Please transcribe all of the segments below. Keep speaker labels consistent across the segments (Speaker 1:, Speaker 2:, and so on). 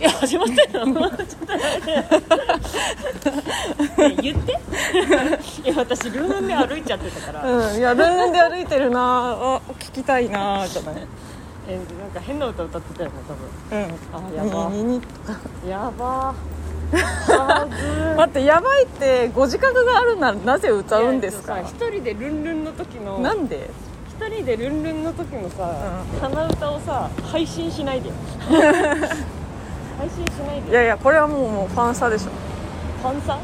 Speaker 1: え始まってん のちょっと待ってねえ言って いや私ルーンで歩いちゃってたから、
Speaker 2: うんいやルーンで歩いてるなあ聞きたいなじゃない
Speaker 1: えなんか変な歌歌ってたよね多分
Speaker 2: うん
Speaker 1: あやば
Speaker 2: ににに
Speaker 1: やばー
Speaker 2: 待ってやばいってご自覚があるならなぜ 歌うんです
Speaker 1: い
Speaker 2: か
Speaker 1: やでもさ一人でルンルンの時の
Speaker 2: なんで
Speaker 1: 一人でルンルンの時のさ、鼻歌をさ配信しないで よ配信しない
Speaker 2: い
Speaker 1: でよ
Speaker 2: やいやこれはもうもうファンサでしょ
Speaker 1: ファンさん
Speaker 2: あ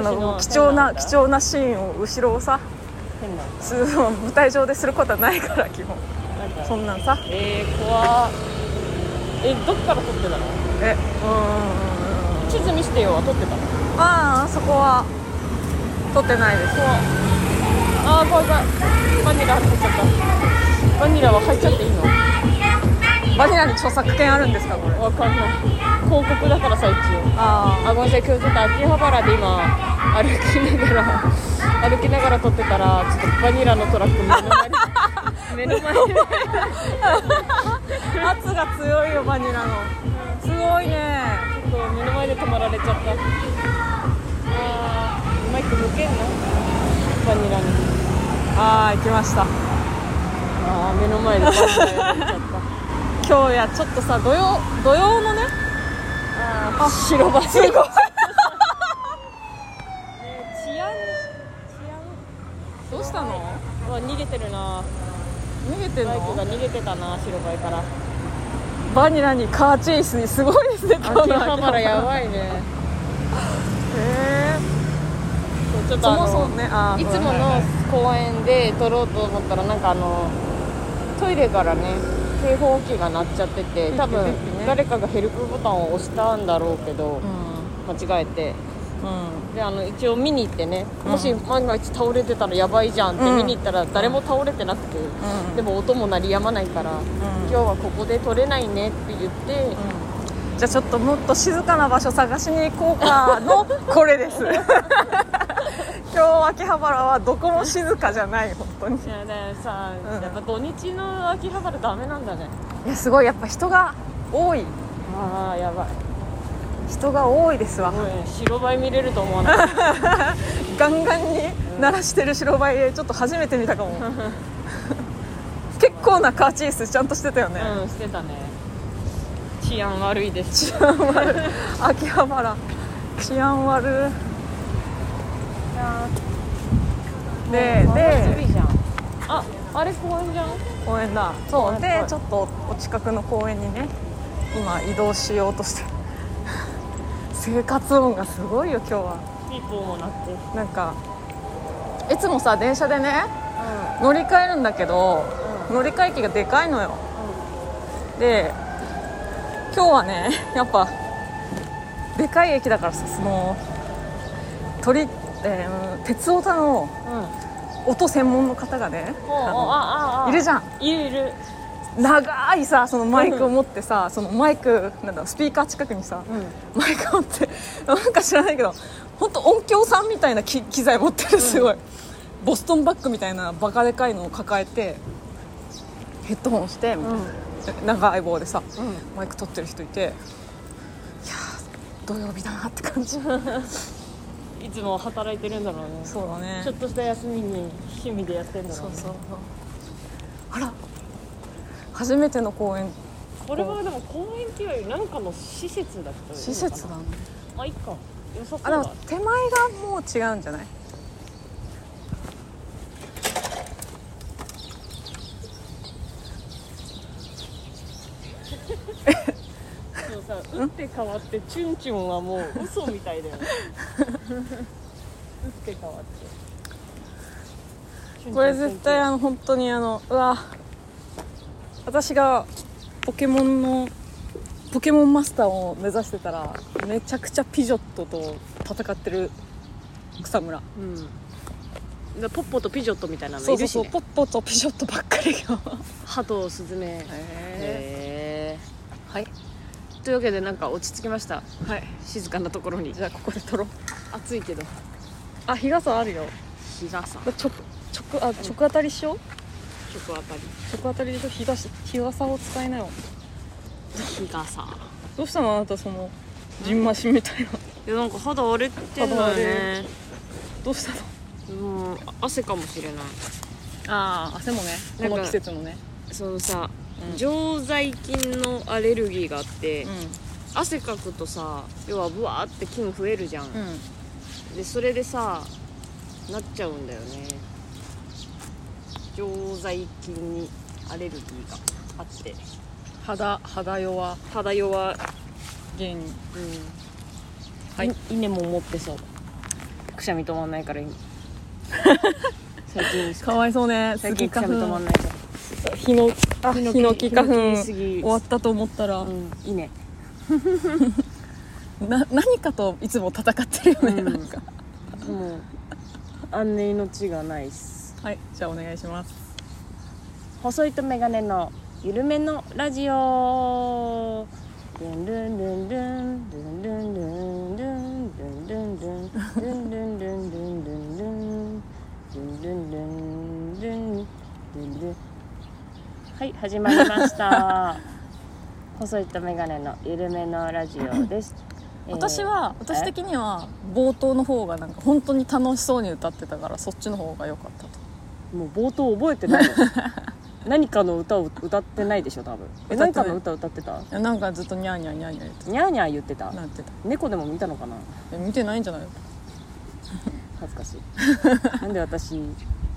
Speaker 1: 私
Speaker 2: の貴重な
Speaker 1: 変歌
Speaker 2: 貴重なシーンを後ろをさ
Speaker 1: 変な
Speaker 2: す舞台上ですることはないから基本
Speaker 1: なんか
Speaker 2: そんなんさ
Speaker 1: えー、怖っえどっから撮ってたの
Speaker 2: えう
Speaker 1: 地
Speaker 2: ん
Speaker 1: 図見してよは撮ってたの
Speaker 2: ああそこは撮ってないです
Speaker 1: 怖っあー怖い怖いバニラ入っちゃったバニラは入っちゃっていいの
Speaker 2: バニラに著作権あるんですかこれ
Speaker 1: わかんない広告だからさ一応
Speaker 2: あ
Speaker 1: あごめんなさい今日ちょっと秋葉原で今歩きながら 歩きながら撮ってたらちょっとバニラのトラック目の前に目の前に
Speaker 2: あ圧が強いよバニラのすごいね
Speaker 1: そう目の前で止まられちゃったあーマイク向けんのバニラに
Speaker 2: ああ行きました
Speaker 1: あー目の前でバニラやっちゃった
Speaker 2: 今日やちょっとさ土曜土曜のね
Speaker 1: あ白バス
Speaker 2: すごい
Speaker 1: 治安治
Speaker 2: どうしたの
Speaker 1: 安うわ逃げてるな
Speaker 2: 逃げてん
Speaker 1: バイクが
Speaker 2: の
Speaker 1: 逃げてたな白バイから
Speaker 2: バニラにカーチェイスにすごいですね今日
Speaker 1: 秋
Speaker 2: の
Speaker 1: 葉原やばいね
Speaker 2: へ
Speaker 1: そうちょっと
Speaker 2: えそ
Speaker 1: あの
Speaker 2: もそもねあー
Speaker 1: いつもの公園で撮ろうと思ったらなんかあのトイレからね警報器が鳴っちゃってて多分
Speaker 2: ピッピッピね
Speaker 1: 誰かがヘルプボタンを押したんだろうけど
Speaker 2: う
Speaker 1: 間違えて
Speaker 2: んうん
Speaker 1: であの一応見に行ってね
Speaker 2: うん
Speaker 1: もし万が一倒れてたらやばいじゃんって
Speaker 2: うん
Speaker 1: 見に行ったら誰も倒れてなくて
Speaker 2: うん
Speaker 1: でも音も鳴りやまないから今日はここで撮れないねって言って
Speaker 2: じゃあちょっともっと静かな場所探しに行こうかのこれです 今日秋葉原はどこも静かじゃない本当に
Speaker 1: いやねさ
Speaker 2: うん
Speaker 1: やっぱ土日の秋葉原ダメなんだね
Speaker 2: いやすごいやっぱ人が多い
Speaker 1: ああやばい
Speaker 2: 人が多いですわ
Speaker 1: もうね白バイ見れると思わなかった
Speaker 2: ガンガンに鳴らしてる白バイでちょっと初めて見た かも結構なカーチェイスちゃんとしてたよね、
Speaker 1: うんしてたね治安悪いです
Speaker 2: 治安悪い秋葉原治安悪いでで
Speaker 1: じゃんああれ公園じゃん
Speaker 2: 公園だ
Speaker 1: 公
Speaker 2: そう
Speaker 1: 園
Speaker 2: で
Speaker 1: はい
Speaker 2: ちょっとお近くの公園にね今移動しようとして 生活音がすごいよ今日は
Speaker 1: ピーポーもなって
Speaker 2: なんかいつもさ電車でね
Speaker 1: う
Speaker 2: 乗り換えるんだけど、
Speaker 1: う
Speaker 2: 乗り換え機がでかいのよ、で今日はね やっぱでかい駅だからさその鳥、えー、鉄オタの
Speaker 1: んうん
Speaker 2: 音専門の方がね
Speaker 1: もう
Speaker 2: あ
Speaker 1: あああ
Speaker 2: のいるじゃん
Speaker 1: いるいる
Speaker 2: 長いさそのマイクを持ってさそのマイクなんだスピーカー近くにさ、マイク持ってなんか知らないけど本当音響さんみたいな機機材持ってるすごい、ボストンバッグみたいなバカでかいのを抱えてヘッドホンして、
Speaker 1: うんうん
Speaker 2: 長い棒でさマイク取ってる人いていやー土曜日だなって感 じ
Speaker 1: いつも働いてるんだろうね
Speaker 2: そうだね
Speaker 1: ちょっとした休みに趣味でやってんだ
Speaker 2: そ
Speaker 1: ろ
Speaker 2: う
Speaker 1: うね
Speaker 2: そうそうあら初めての公演
Speaker 1: これはでも公園っていうよりなんかの施設だった
Speaker 2: 施設だ
Speaker 1: な
Speaker 2: ね
Speaker 1: まあいいか良さそう
Speaker 2: あで
Speaker 1: だ
Speaker 2: も手前がもう違うんじゃない
Speaker 1: でもさ打って変わってチュンチュンはもう嘘みたい だよね打って変わってチュンチュン
Speaker 2: これ絶対あの本当にあのうわ私がポケモンのポケモンマスターを目指してたらめちゃくちゃピジョットと戦ってる草むら
Speaker 1: うんだからポッポとピジョットみたいなの
Speaker 2: そ
Speaker 1: いう
Speaker 2: そう
Speaker 1: るし、
Speaker 2: そう、
Speaker 1: ね、
Speaker 2: ポッポとピショットばっかりが
Speaker 1: ハトスズメへ
Speaker 2: へ
Speaker 1: え
Speaker 2: はい
Speaker 1: というわけでなんか落ち着きました
Speaker 2: はい
Speaker 1: 静かなところに
Speaker 2: じゃあここで撮ろう
Speaker 1: 暑いけど
Speaker 2: あ日傘あるよ
Speaker 1: 日傘
Speaker 2: 直直あ直当たりしよう
Speaker 1: 直当たり
Speaker 2: 直当たりでしょ日傘日傘を使いなよ
Speaker 1: 日傘
Speaker 2: どうしたのあなたそのじんましみたい
Speaker 1: い
Speaker 2: な
Speaker 1: やなんか肌荒れてんだよね
Speaker 2: どうしたの
Speaker 1: もう汗かもしれない
Speaker 2: ああ汗もねこ
Speaker 1: なん
Speaker 2: の
Speaker 1: か
Speaker 2: 季節のね
Speaker 1: そのさ、
Speaker 2: うん
Speaker 1: 常在菌のアレルギーがあって、
Speaker 2: う
Speaker 1: 汗かくとさ要はブワーって菌増えるじゃん、
Speaker 2: んうん
Speaker 1: でそれでさなっちゃうんだよね常在菌にアレルギーがあって
Speaker 2: 肌肌弱
Speaker 1: 肌弱
Speaker 2: 芸人
Speaker 1: うん
Speaker 2: はい
Speaker 1: 稲も持ってそうくしゃみ止まんないから今最近
Speaker 2: かわいそうね
Speaker 1: 最近くしゃみ止まんないから
Speaker 2: ヒノあヒノキ花粉
Speaker 1: ヒノキ
Speaker 2: 終
Speaker 1: 杉
Speaker 2: わったと思ったら、
Speaker 1: うん稲
Speaker 2: な何かといつも戦ってるよね、
Speaker 1: うん
Speaker 2: なんか
Speaker 1: もうあんね命がないっす
Speaker 2: はいじゃあお願いします
Speaker 1: 細いとメガネの緩めのラジオルンルンルンルンルンルンルンルンルンルンルンルンルンルンルンルンルンルンルンルンルンルンルンはい始まりました細いとメガネの緩めのラジオです、
Speaker 2: 私は私
Speaker 1: 的
Speaker 2: 的には冒頭の方がなんか本当に楽しそうに歌ってたからそっちの方が良かったと
Speaker 1: もう冒頭覚えて ないの何かの歌を歌ってないでしょ多分え
Speaker 2: 歌っ
Speaker 1: 何
Speaker 2: てな
Speaker 1: か
Speaker 2: い
Speaker 1: の歌歌ってた
Speaker 2: いやなんかずっとニャーニャーニャーニャー言って
Speaker 1: ニャーニャー言ってた
Speaker 2: たなってたい
Speaker 1: 猫でも見たのかな
Speaker 2: や見てないんじゃない
Speaker 1: 恥ずかし いなんで私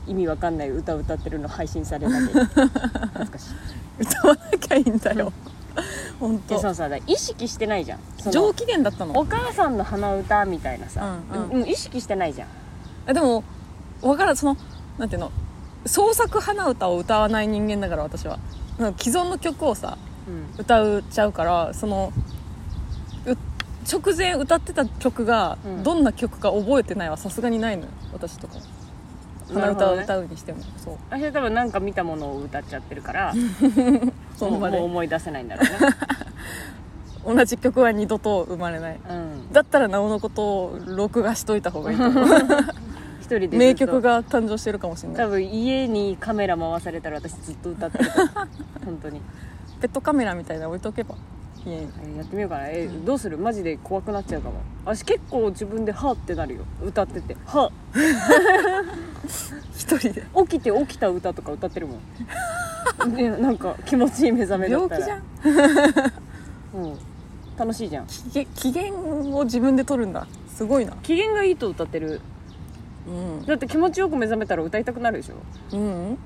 Speaker 1: 意味わかんない歌歌ってるの配信されるだけ恥ずかしい
Speaker 2: 歌わなきゃいいんだよ、本
Speaker 1: でそ
Speaker 2: 当
Speaker 1: のさだから意識してないじゃんその
Speaker 2: 上機嫌だったの
Speaker 1: お母さんの鼻歌みたいなさ、
Speaker 2: うんうん
Speaker 1: 意識してないじゃん
Speaker 2: えでも分からんそのなんていうの創作鼻歌を歌わない人間だから私はなんか既存の曲をさ
Speaker 1: うん
Speaker 2: 歌うちゃうからそのう直前歌ってた曲が
Speaker 1: うん
Speaker 2: どんな曲か覚えてないはさすがにないのよ私とか鼻歌を
Speaker 1: なるほどね
Speaker 2: 歌うにしても、そう
Speaker 1: 私は多分なんか見たものを歌っちゃってるから
Speaker 2: そ
Speaker 1: も
Speaker 2: の
Speaker 1: うも
Speaker 2: 場
Speaker 1: う
Speaker 2: で
Speaker 1: 思い出せないんだろ
Speaker 2: 同じ曲は二度と生まれないう
Speaker 1: ね、 うん、
Speaker 2: だったらなおのことを録画しといた方がいい と思 う
Speaker 1: 一人でずっと
Speaker 2: 名曲が誕生してるかもしれな
Speaker 1: 多
Speaker 2: い
Speaker 1: 分家にカメラ回されたら私ずっと歌ってるから本当に
Speaker 2: ペットカメラみたいなの置いとけば家に
Speaker 1: えーやってみようかなえーどうするマジで怖くなっちゃうかも私結構自分で「はあ」ってなるよ歌ってて「は
Speaker 2: 一人で
Speaker 1: あ」起きて起きた歌とか歌ってるも んねなんか気持ちいい目覚めだっ
Speaker 2: 病
Speaker 1: たら
Speaker 2: 気じゃん
Speaker 1: うん、楽しいじゃん
Speaker 2: 機嫌機嫌を自分で取るんだすごいな
Speaker 1: 機嫌がいいと歌ってる
Speaker 2: うん、
Speaker 1: だって気持ちよく目覚めたら歌いたくなるでしょ
Speaker 2: うん、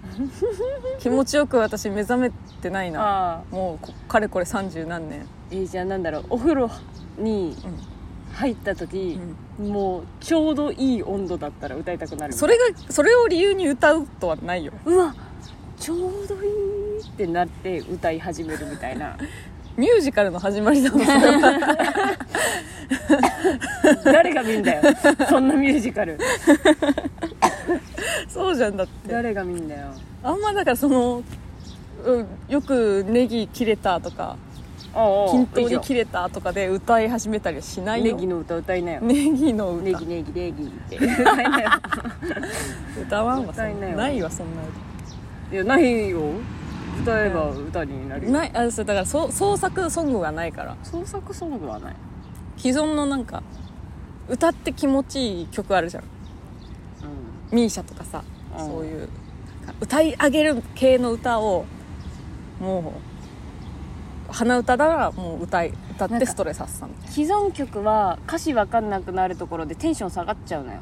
Speaker 2: 気持ちよく私目覚めてないな
Speaker 1: ああ
Speaker 2: もうこかれこれ三十何年
Speaker 1: えー、じゃあなんだろうお風呂に入った時、もうちょうどいい温度だったら歌いたくなる
Speaker 2: それがそれを理由に歌うとはないよ
Speaker 1: うわちょうどいいってなって歌い始めるみたいな
Speaker 2: ミュージカルの始まりだもんそれ は
Speaker 1: 誰が見んだよそんなミュージカル
Speaker 2: そうじゃんだって
Speaker 1: 誰が見んだよ
Speaker 2: あんまだからその、うん、よくネギ切れたとか
Speaker 1: ああ
Speaker 2: 均等に
Speaker 1: き
Speaker 2: 切れたとかで歌い始めたりはしない
Speaker 1: ネ
Speaker 2: よ
Speaker 1: ギの歌歌いなよ、
Speaker 2: ネギの歌
Speaker 1: ネギネギネギって 歌いなよ
Speaker 2: 歌わんわそ
Speaker 1: 歌い
Speaker 2: ん
Speaker 1: な
Speaker 2: な
Speaker 1: よ
Speaker 2: ないわそんな歌
Speaker 1: いやないよ歌えば歌になるよ
Speaker 2: ないあそうだからそう創作ソングがないから
Speaker 1: 創作ソングはない
Speaker 2: 既存のなんか歌って気持ちいい曲あるじゃん
Speaker 1: う
Speaker 2: ミーシャとかさ、
Speaker 1: うん
Speaker 2: そういう歌い上げる系の歌をもう鼻歌ならもう歌い歌
Speaker 1: なんか
Speaker 2: ってストレス発散みたい
Speaker 1: ん既存曲は歌詞わかんなくなるところでテンション下がっちゃうのよ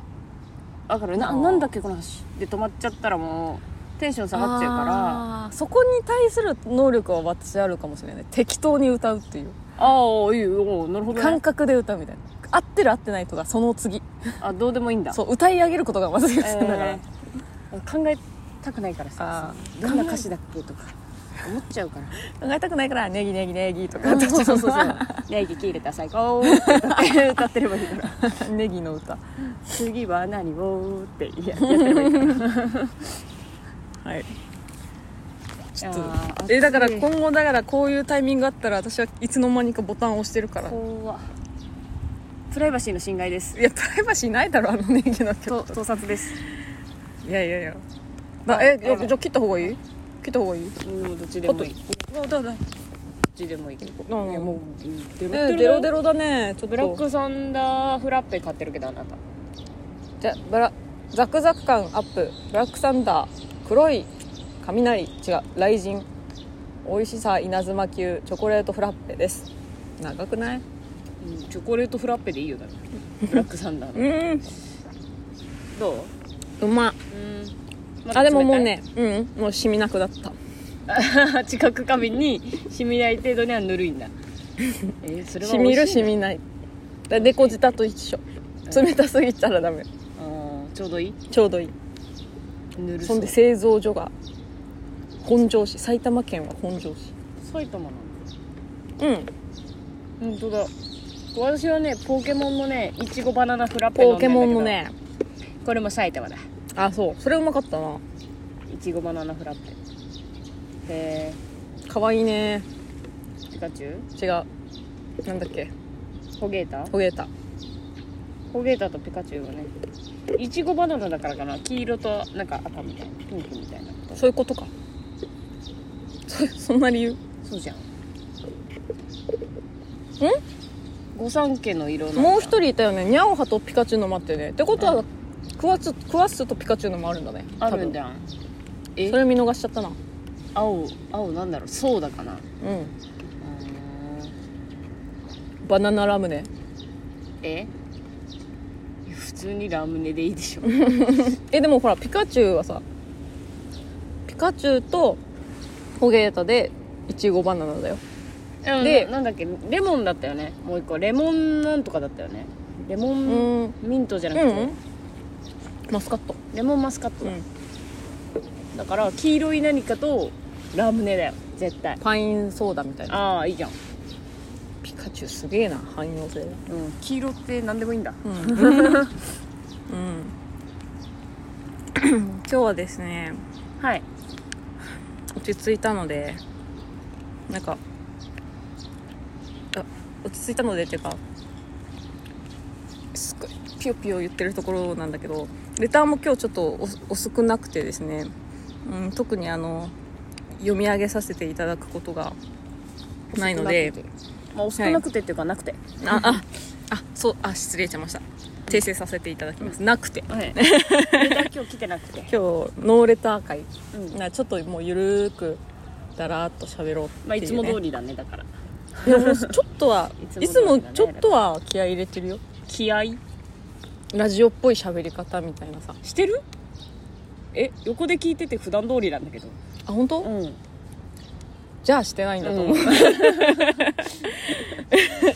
Speaker 1: だからな
Speaker 2: あー
Speaker 1: なんだっけこの話で止まっちゃったらもうテンション下
Speaker 2: な
Speaker 1: がっちゃうから
Speaker 2: あーそこに対する能力は私あるかもしれない適当に歌うっていう
Speaker 1: ああいいよなるほど、
Speaker 2: 感
Speaker 1: ね、
Speaker 2: 覚で歌うみたいな合ってる合ってないとかその次
Speaker 1: あどうでもいいんだ
Speaker 2: そう歌い上げることがまず優先だから、
Speaker 1: えー考えたくないからさ
Speaker 2: あー
Speaker 1: どんな歌詞だっけとか思っちゃうから
Speaker 2: 考えたくないからネギネギネギとか歌っ
Speaker 1: そう
Speaker 2: ち
Speaker 1: そ
Speaker 2: ゃ
Speaker 1: う
Speaker 2: う
Speaker 1: そう そうネギ切れた最高って歌って歌ってればいいから
Speaker 2: ネギの歌
Speaker 1: 次は何をってややってればいいから
Speaker 2: はいちょっ
Speaker 1: いやー
Speaker 2: とえだから
Speaker 1: 暑い
Speaker 2: 今後だからこういうタイミングあったら私はいつの間にかボタンを押してるから
Speaker 1: 怖プライバシーの侵害です
Speaker 2: いやプライバシーないだろあのネギの曲
Speaker 1: と盗撮です
Speaker 2: いやいやいやだえ
Speaker 1: やばい
Speaker 2: じゃあ切った方がいい切った方がいい
Speaker 1: もうどっちで
Speaker 2: あ
Speaker 1: も
Speaker 2: と
Speaker 1: いい
Speaker 2: あだだ
Speaker 1: ちでもいいけど、
Speaker 2: うん
Speaker 1: ねもうデロデロ,、
Speaker 2: デロデロだねちょっと
Speaker 1: ブラックサンダーフラッペ買ってるけどあなた
Speaker 2: じゃブラザクザク感アップブラックサンダー黒い雷違う雷神美味しさ稲妻級チョコレートフラッペです長くない
Speaker 1: うんチョコレートフラッペでいいよだってブラックサンダーの
Speaker 2: ん
Speaker 1: どう
Speaker 2: うま
Speaker 1: うん
Speaker 2: あでももうねうんもう染みなくなっ た
Speaker 1: 知覚過敏に染みない程度にはぬるい んだえーそれは
Speaker 2: 染み
Speaker 1: 美
Speaker 2: る
Speaker 1: 味しい
Speaker 2: 染
Speaker 1: ね
Speaker 2: みないだデコジタと一緒冷たすぎたらダメ
Speaker 1: あーちょうどいい
Speaker 2: ちょうどいい
Speaker 1: ぬるそ
Speaker 2: そ
Speaker 1: うん
Speaker 2: で製造所が本庄市埼玉県は本庄市
Speaker 1: 埼玉なの
Speaker 2: うん
Speaker 1: 本当だ私はねポケモンのねいちごバナナフラペ
Speaker 2: ポケモンもね
Speaker 1: これも埼玉だ
Speaker 2: あそうそれうまかったない
Speaker 1: ちごバナナフラッペえ
Speaker 2: かわいいね
Speaker 1: ー、ピカチュウ
Speaker 2: 違うなんだっけ
Speaker 1: ホゲータ
Speaker 2: ほげた
Speaker 1: ホゲータとピカチュウはねいちごバナナだからかな黄色となんか赤みたいなピンクみたいな
Speaker 2: そういうことかそ そんな理由
Speaker 1: そうじゃんん御三家の色なんだ
Speaker 2: もう一人いたよねニャオハとピカチュウのもあってねってことは、クワッツクワッツとピカチュウのもあるんだね
Speaker 1: あるんじ
Speaker 2: だ
Speaker 1: ゃんえ
Speaker 2: それ見逃しちゃったな
Speaker 1: 青青なんだろうそうだかなう
Speaker 2: うん
Speaker 1: ーん
Speaker 2: バナナラムネ
Speaker 1: え普通にラムネでいいでしょ
Speaker 2: えでもほらピカチュウはさピカチュウとホゲータでいちごバナナだよ
Speaker 1: でなんだっけレモンだったよねもう一個レモンなんとかだったよねレモ
Speaker 2: う
Speaker 1: ン
Speaker 2: ん
Speaker 1: ミントじゃな
Speaker 2: う
Speaker 1: く
Speaker 2: ん
Speaker 1: て、
Speaker 2: マスカット
Speaker 1: レモンマスカット
Speaker 2: う
Speaker 1: だ,、だ
Speaker 2: ん
Speaker 1: から黄色い何かとラムネだよ絶対
Speaker 2: パインソーダみたいな
Speaker 1: ああいいじゃん、
Speaker 2: ピカチュウすげえな汎用性
Speaker 1: うん、黄色って何でもいいんだ
Speaker 2: うん、今日はですね
Speaker 1: はい
Speaker 2: 落ち着いたのでなんかあ落ち着いたのでっていうかすっごいピヨピヨ言ってるところなんだけどレターも今日ちょっとおお少なくてですね、うん、特にあの読み上げさせていただくことがないので
Speaker 1: 少くてまあ、お少なくてっていうかなくて
Speaker 2: あああそうあ失礼しました訂正させていただきます、なくて
Speaker 1: はい レター今日来てなくて、
Speaker 2: 今日ノーレター会
Speaker 1: うん
Speaker 2: なちょっともうゆるーくだらーっと喋ろうっていう、ね、
Speaker 1: まあいつも通りだねだから
Speaker 2: いやもうちょっとはい
Speaker 1: い
Speaker 2: つ
Speaker 1: つも通
Speaker 2: も
Speaker 1: りだね
Speaker 2: ちょっとは気合い入れてるよ
Speaker 1: 気合
Speaker 2: ラジオっぽい喋り方みたいなさ
Speaker 1: してるえ横で聞いてて普段通りなんだけど
Speaker 2: あ本当、
Speaker 1: ん、
Speaker 2: じゃあしてないんだと思う、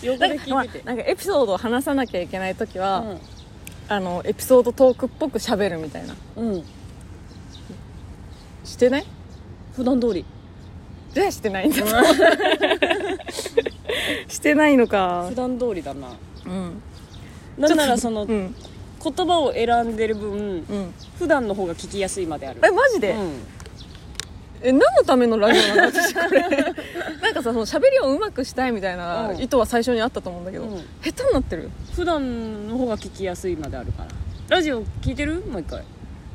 Speaker 1: 横
Speaker 2: なん
Speaker 1: で
Speaker 2: か ま
Speaker 1: 聞
Speaker 2: あ
Speaker 1: いてて、
Speaker 2: なんかエピソードを話さなきゃいけない時は、
Speaker 1: うん
Speaker 2: あのエピソードトークっぽく喋るみたいな
Speaker 1: うん、
Speaker 2: してない
Speaker 1: 普段通り
Speaker 2: じゃあしてないんだと 思うしてないのか
Speaker 1: 普段通りだな
Speaker 2: うん
Speaker 1: なんならその、
Speaker 2: うん
Speaker 1: 言葉を選んでる分
Speaker 2: うん
Speaker 1: 普段の方が聞きやすいまである
Speaker 2: えマジで、
Speaker 1: うん
Speaker 2: え何のためのラジオなの私これ なんかさその喋りをうまくしたいみたいな
Speaker 1: うん
Speaker 2: 意図は最初にあったと思うんだけど、
Speaker 1: うん
Speaker 2: 下手になってる
Speaker 1: 普段の方が聞きやすいまであるからラジオ聞いてるもう一回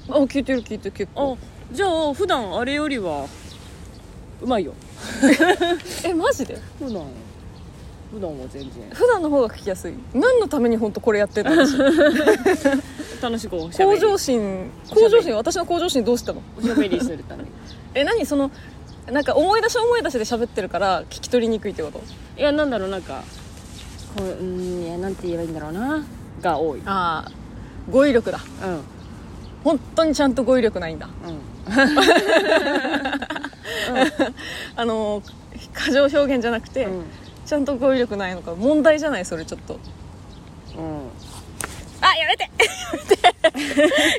Speaker 2: あ聞いてる聞いてる結
Speaker 1: あ
Speaker 2: 構
Speaker 1: じゃあ普段あれよりはうまいよ
Speaker 2: えマジで
Speaker 1: 普段普段は全然
Speaker 2: 普段の方が聞きやすい何のために本当これやって たの
Speaker 1: 楽しくおしゃべり
Speaker 2: 向上心向上
Speaker 1: 喋り
Speaker 2: 心私の向上心どうしたの
Speaker 1: おしゃべりするために
Speaker 2: え何そのなんか思い出し思い出しで喋ってるから聞き取りにくいってこと
Speaker 1: いやなんだろうなんかこううーんいやなんて言えばいいんだろうなが多いうん
Speaker 2: ああ語彙力だ
Speaker 1: うん
Speaker 2: 本当にちゃんと語彙力ないんだあのー過剰表現じゃなくて、ちゃんと語彙力ないのか問題じゃないそれちょっと
Speaker 1: うん
Speaker 2: あやめてやめて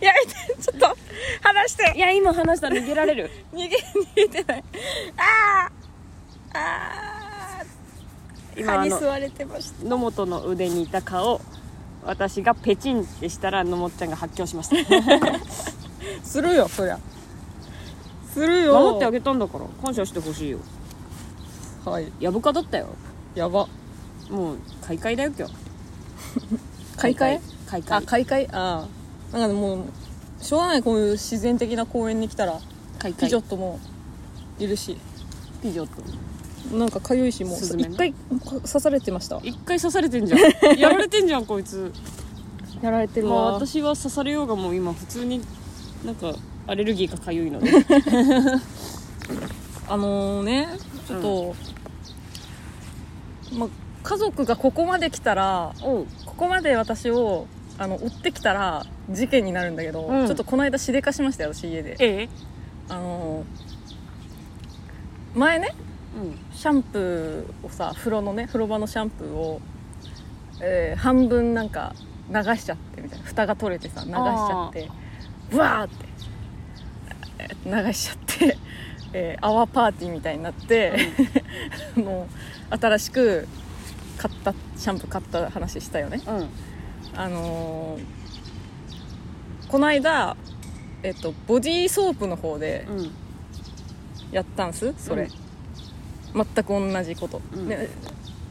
Speaker 2: や めてちょっと話して
Speaker 1: いや今話したら逃げられる
Speaker 2: 逃げ逃げてないあーあー
Speaker 1: 今
Speaker 2: 蚊に
Speaker 1: あの
Speaker 2: 吸われてまし た
Speaker 1: 野本の腕にいた蚊を私がペチンってしたら野本ちゃんが発狂しました
Speaker 2: するよそりゃするよ
Speaker 1: 守ってあげたんだから感謝してほしいよ
Speaker 2: はい
Speaker 1: やぶかだったよ
Speaker 2: やば
Speaker 1: もう買い替えだよ今日
Speaker 2: 買い替え
Speaker 1: 買い替
Speaker 2: あ
Speaker 1: え
Speaker 2: 買い替えああなんかもうしょうがないこういう自然的な公園に来たら
Speaker 1: 買い替え
Speaker 2: ピジョットもいるし
Speaker 1: ピジョット
Speaker 2: なんか痒いしもう
Speaker 1: スズメね
Speaker 2: 一回刺されてました
Speaker 1: 一回刺されてんじゃ んやられてんじゃんこいつ
Speaker 2: やられてる
Speaker 1: まあ
Speaker 2: わ
Speaker 1: 私は刺されようがもう今普通になんかアレルギーがかゆいので
Speaker 2: あのねちょっと、まあ、家族がここまで来たら
Speaker 1: おう
Speaker 2: ここまで私をあの追ってきたら事件になるんだけど、
Speaker 1: うん
Speaker 2: ちょっとこの間しでかしましたよ私家で
Speaker 1: ええ
Speaker 2: あの前ね
Speaker 1: うん
Speaker 2: シャンプーをさ風呂のね風呂場のシャンプーを、えー半分なんか流しちゃってみたいな蓋が取れてさ流しちゃってブワーってえー流しちゃって、えー、泡パーティーみたいになって、 もう新しく買ったシャンプー買った話したよね
Speaker 1: うん
Speaker 2: あのーこの間、えっと、ボディーソープの方で
Speaker 1: うん
Speaker 2: やったんすそれ、
Speaker 1: うん
Speaker 2: 全く同じこと、
Speaker 1: うん
Speaker 2: で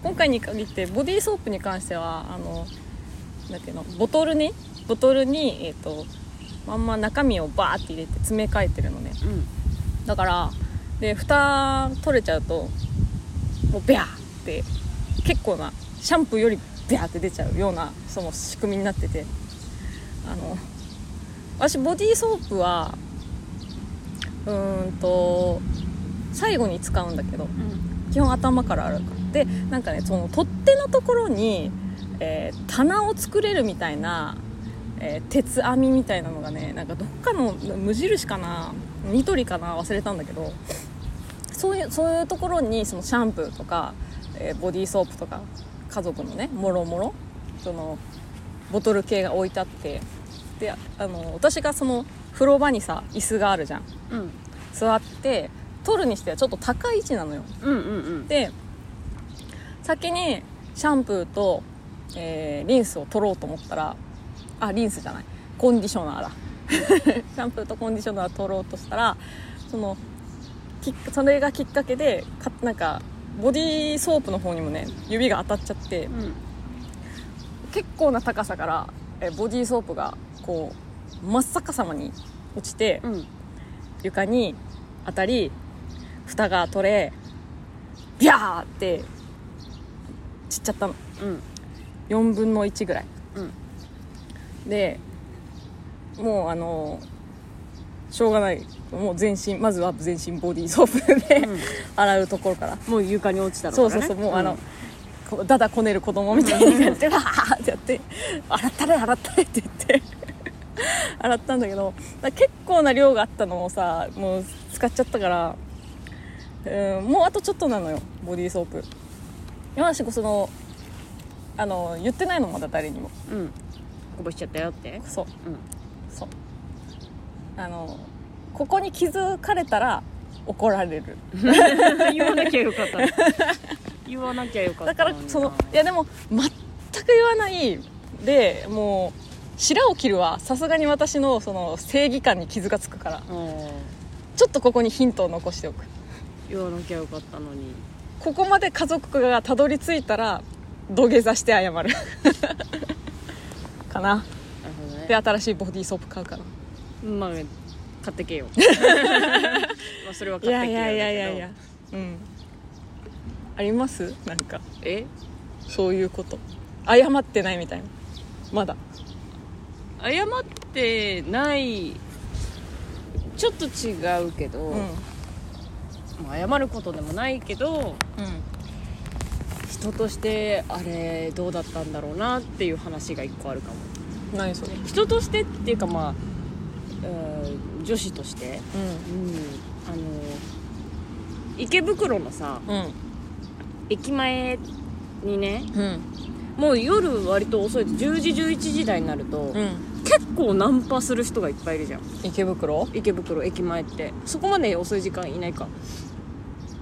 Speaker 2: 今回に限ってボディーソープに関してはあのなんていうのボトルにボトルに、えっとまんま中身をバーって入れて詰め替えてるのね
Speaker 1: うん
Speaker 2: だからで蓋取れちゃうともうビャーって結構なシャンプーよりビャーって出ちゃうようなその仕組みになっててあの私ボディーソープはうーんと最後に使うんだけど
Speaker 1: うん
Speaker 2: 基本頭から洗うからでなんかねその取っ手のところに、えー棚を作れるみたいな、えー鉄網みたいなのがねなんかどっかの無印かなニトリかな忘れたんだけどそういうそういうところにそのシャンプーとか、えーボディーソープとか家族のねもろもろそのボトル系が置いてあってであの私がその風呂場にさ椅子があるじゃん
Speaker 1: うん
Speaker 2: 座って取るにしてはちょっと高い位置なのよ
Speaker 1: うんうん
Speaker 2: で先にシャンプーと、えーリンスを取ろうと思ったらあリンスじゃないコンディショナーだ シャンプーとコンディショナー取ろうとしたらそのきっそれがきっかけでかなんかボディーソープの方にもね指が当たっちゃって
Speaker 1: うん
Speaker 2: 結構な高さから、えーボディーソープがこう真っ逆さまに落ちて、
Speaker 1: うん
Speaker 2: 床に当たり蓋が取れビャーって散っちゃったの
Speaker 1: うん
Speaker 2: 4分の1ぐらい
Speaker 1: うん
Speaker 2: でもうあのしょうがないもう全身まずは全身ボディーソープで、
Speaker 1: うん
Speaker 2: 洗うところから
Speaker 1: もう床に落ちたのから
Speaker 2: そう
Speaker 1: ね
Speaker 2: そうそうもうあの
Speaker 1: ん、
Speaker 2: こうダダこねる子供みたいになってわーってやって洗ったれ洗ったれって言って 洗ったんだけどだから結構な量があったのをさもう使っちゃったからうんもうあとちょっとなのよボディーソープ今しそのあの言ってないのまだ誰にも
Speaker 1: うんこぼしちゃったよって
Speaker 2: そう
Speaker 1: うん
Speaker 2: そうあのここに気づかれたら怒られる
Speaker 1: 言わなきゃよかった言わなきゃよかった
Speaker 2: だからそのいやでも全く言わないでもう白を切るはさすがに私のその正義感に傷がつくからちょっとここにヒントを残しておく
Speaker 1: 言わなきゃよかったのに
Speaker 2: ここまで家族がたどり着いたら土下座して謝るかな
Speaker 1: なるほどね
Speaker 2: で新しいボディーソープ買うかな
Speaker 1: まあ買ってけよまあそれは買
Speaker 2: い
Speaker 1: っ
Speaker 2: や
Speaker 1: てけよ
Speaker 2: いやいやいやい
Speaker 1: だ
Speaker 2: やうんありますなんか
Speaker 1: けどえ
Speaker 2: そういうこと謝ってないみたいなまだ
Speaker 1: 謝ってないちょっと違うけど、
Speaker 2: うんうん
Speaker 1: まあ謝ることでもないけど人としてあれどうだったんだろうなっていう話が一個あるかも
Speaker 2: 何それ
Speaker 1: 人としてっていうかまあ、うん女子として
Speaker 2: う
Speaker 1: うんあの池袋のさ
Speaker 2: んうん
Speaker 1: 駅前にね
Speaker 2: うん
Speaker 1: もう夜割と遅いと10時11時台になると、
Speaker 2: うん、
Speaker 1: 結構ナンパする人がいっぱいいるじゃん
Speaker 2: 池袋
Speaker 1: 池袋駅前ってそこまで遅い時間いないか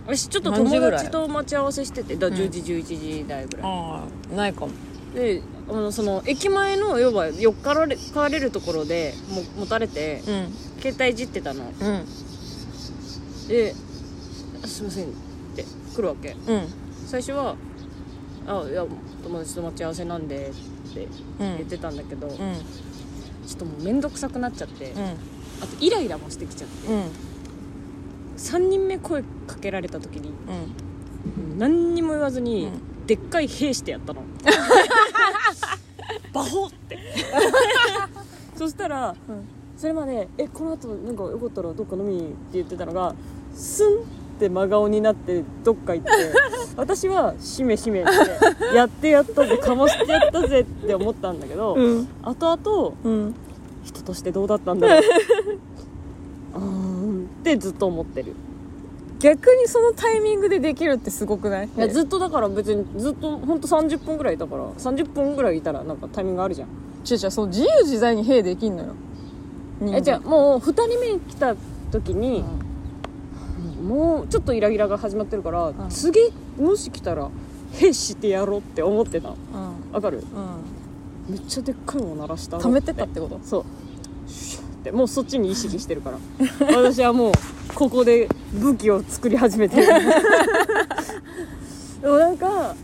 Speaker 1: 私ちょっと
Speaker 2: 何時ぐ
Speaker 1: 友
Speaker 2: らい
Speaker 1: 達と待ち合わせしててだ
Speaker 2: うん
Speaker 1: 10時11時台ぐらい、
Speaker 2: ああないかも
Speaker 1: であのその駅前の要はよっかられかわれるところでも持たれて
Speaker 2: うん
Speaker 1: 携帯いじってたの
Speaker 2: うん
Speaker 1: で「すいません」って来るわけ
Speaker 2: うん
Speaker 1: 最初は「あいや友達と待ち合わせなんで」って
Speaker 2: う
Speaker 1: 言ってたんだけど、ちょ
Speaker 2: ん
Speaker 1: っともう面倒くさくなっちゃって、あとイライラもしてきちゃって
Speaker 2: うん
Speaker 1: 3人目声かけられた時に
Speaker 2: うん
Speaker 1: 何にも言わずに、
Speaker 2: う
Speaker 1: でっかい「兵してやった のバホってそしたら
Speaker 2: うん
Speaker 1: それまで「えこの後なんかよかったらどっか飲みに」って言ってたのがスンって真顔になってどっか 行って私は「しめしめ」って「やってやったぜかましてやったぜ」って思ったんだけど、
Speaker 2: うん
Speaker 1: 後々
Speaker 2: うん
Speaker 1: 人としてどうだったん だろううーんってずっと思ってる
Speaker 2: 逆にそのタイミングでできるってすごくない
Speaker 1: いやずっとだから別にずっとほんと30分ぐらいだから30分ぐらいいたらなんかタイミングあるじゃん
Speaker 2: 違う違うそう自由自在に兵できんのよ人
Speaker 1: え
Speaker 2: 間
Speaker 1: じゃあもう2人目来た時に、もうちょっとイライラが始まってるから、
Speaker 2: ん
Speaker 1: 次もし来たら兵してやろうって思ってた
Speaker 2: うん
Speaker 1: わかる
Speaker 2: うん
Speaker 1: めっちゃでっかいの鳴らしたろ
Speaker 2: 溜めてたってこと
Speaker 1: そうシュッてもうそっちに意識してるから私はもうここで武器を作り始めてるでもなんか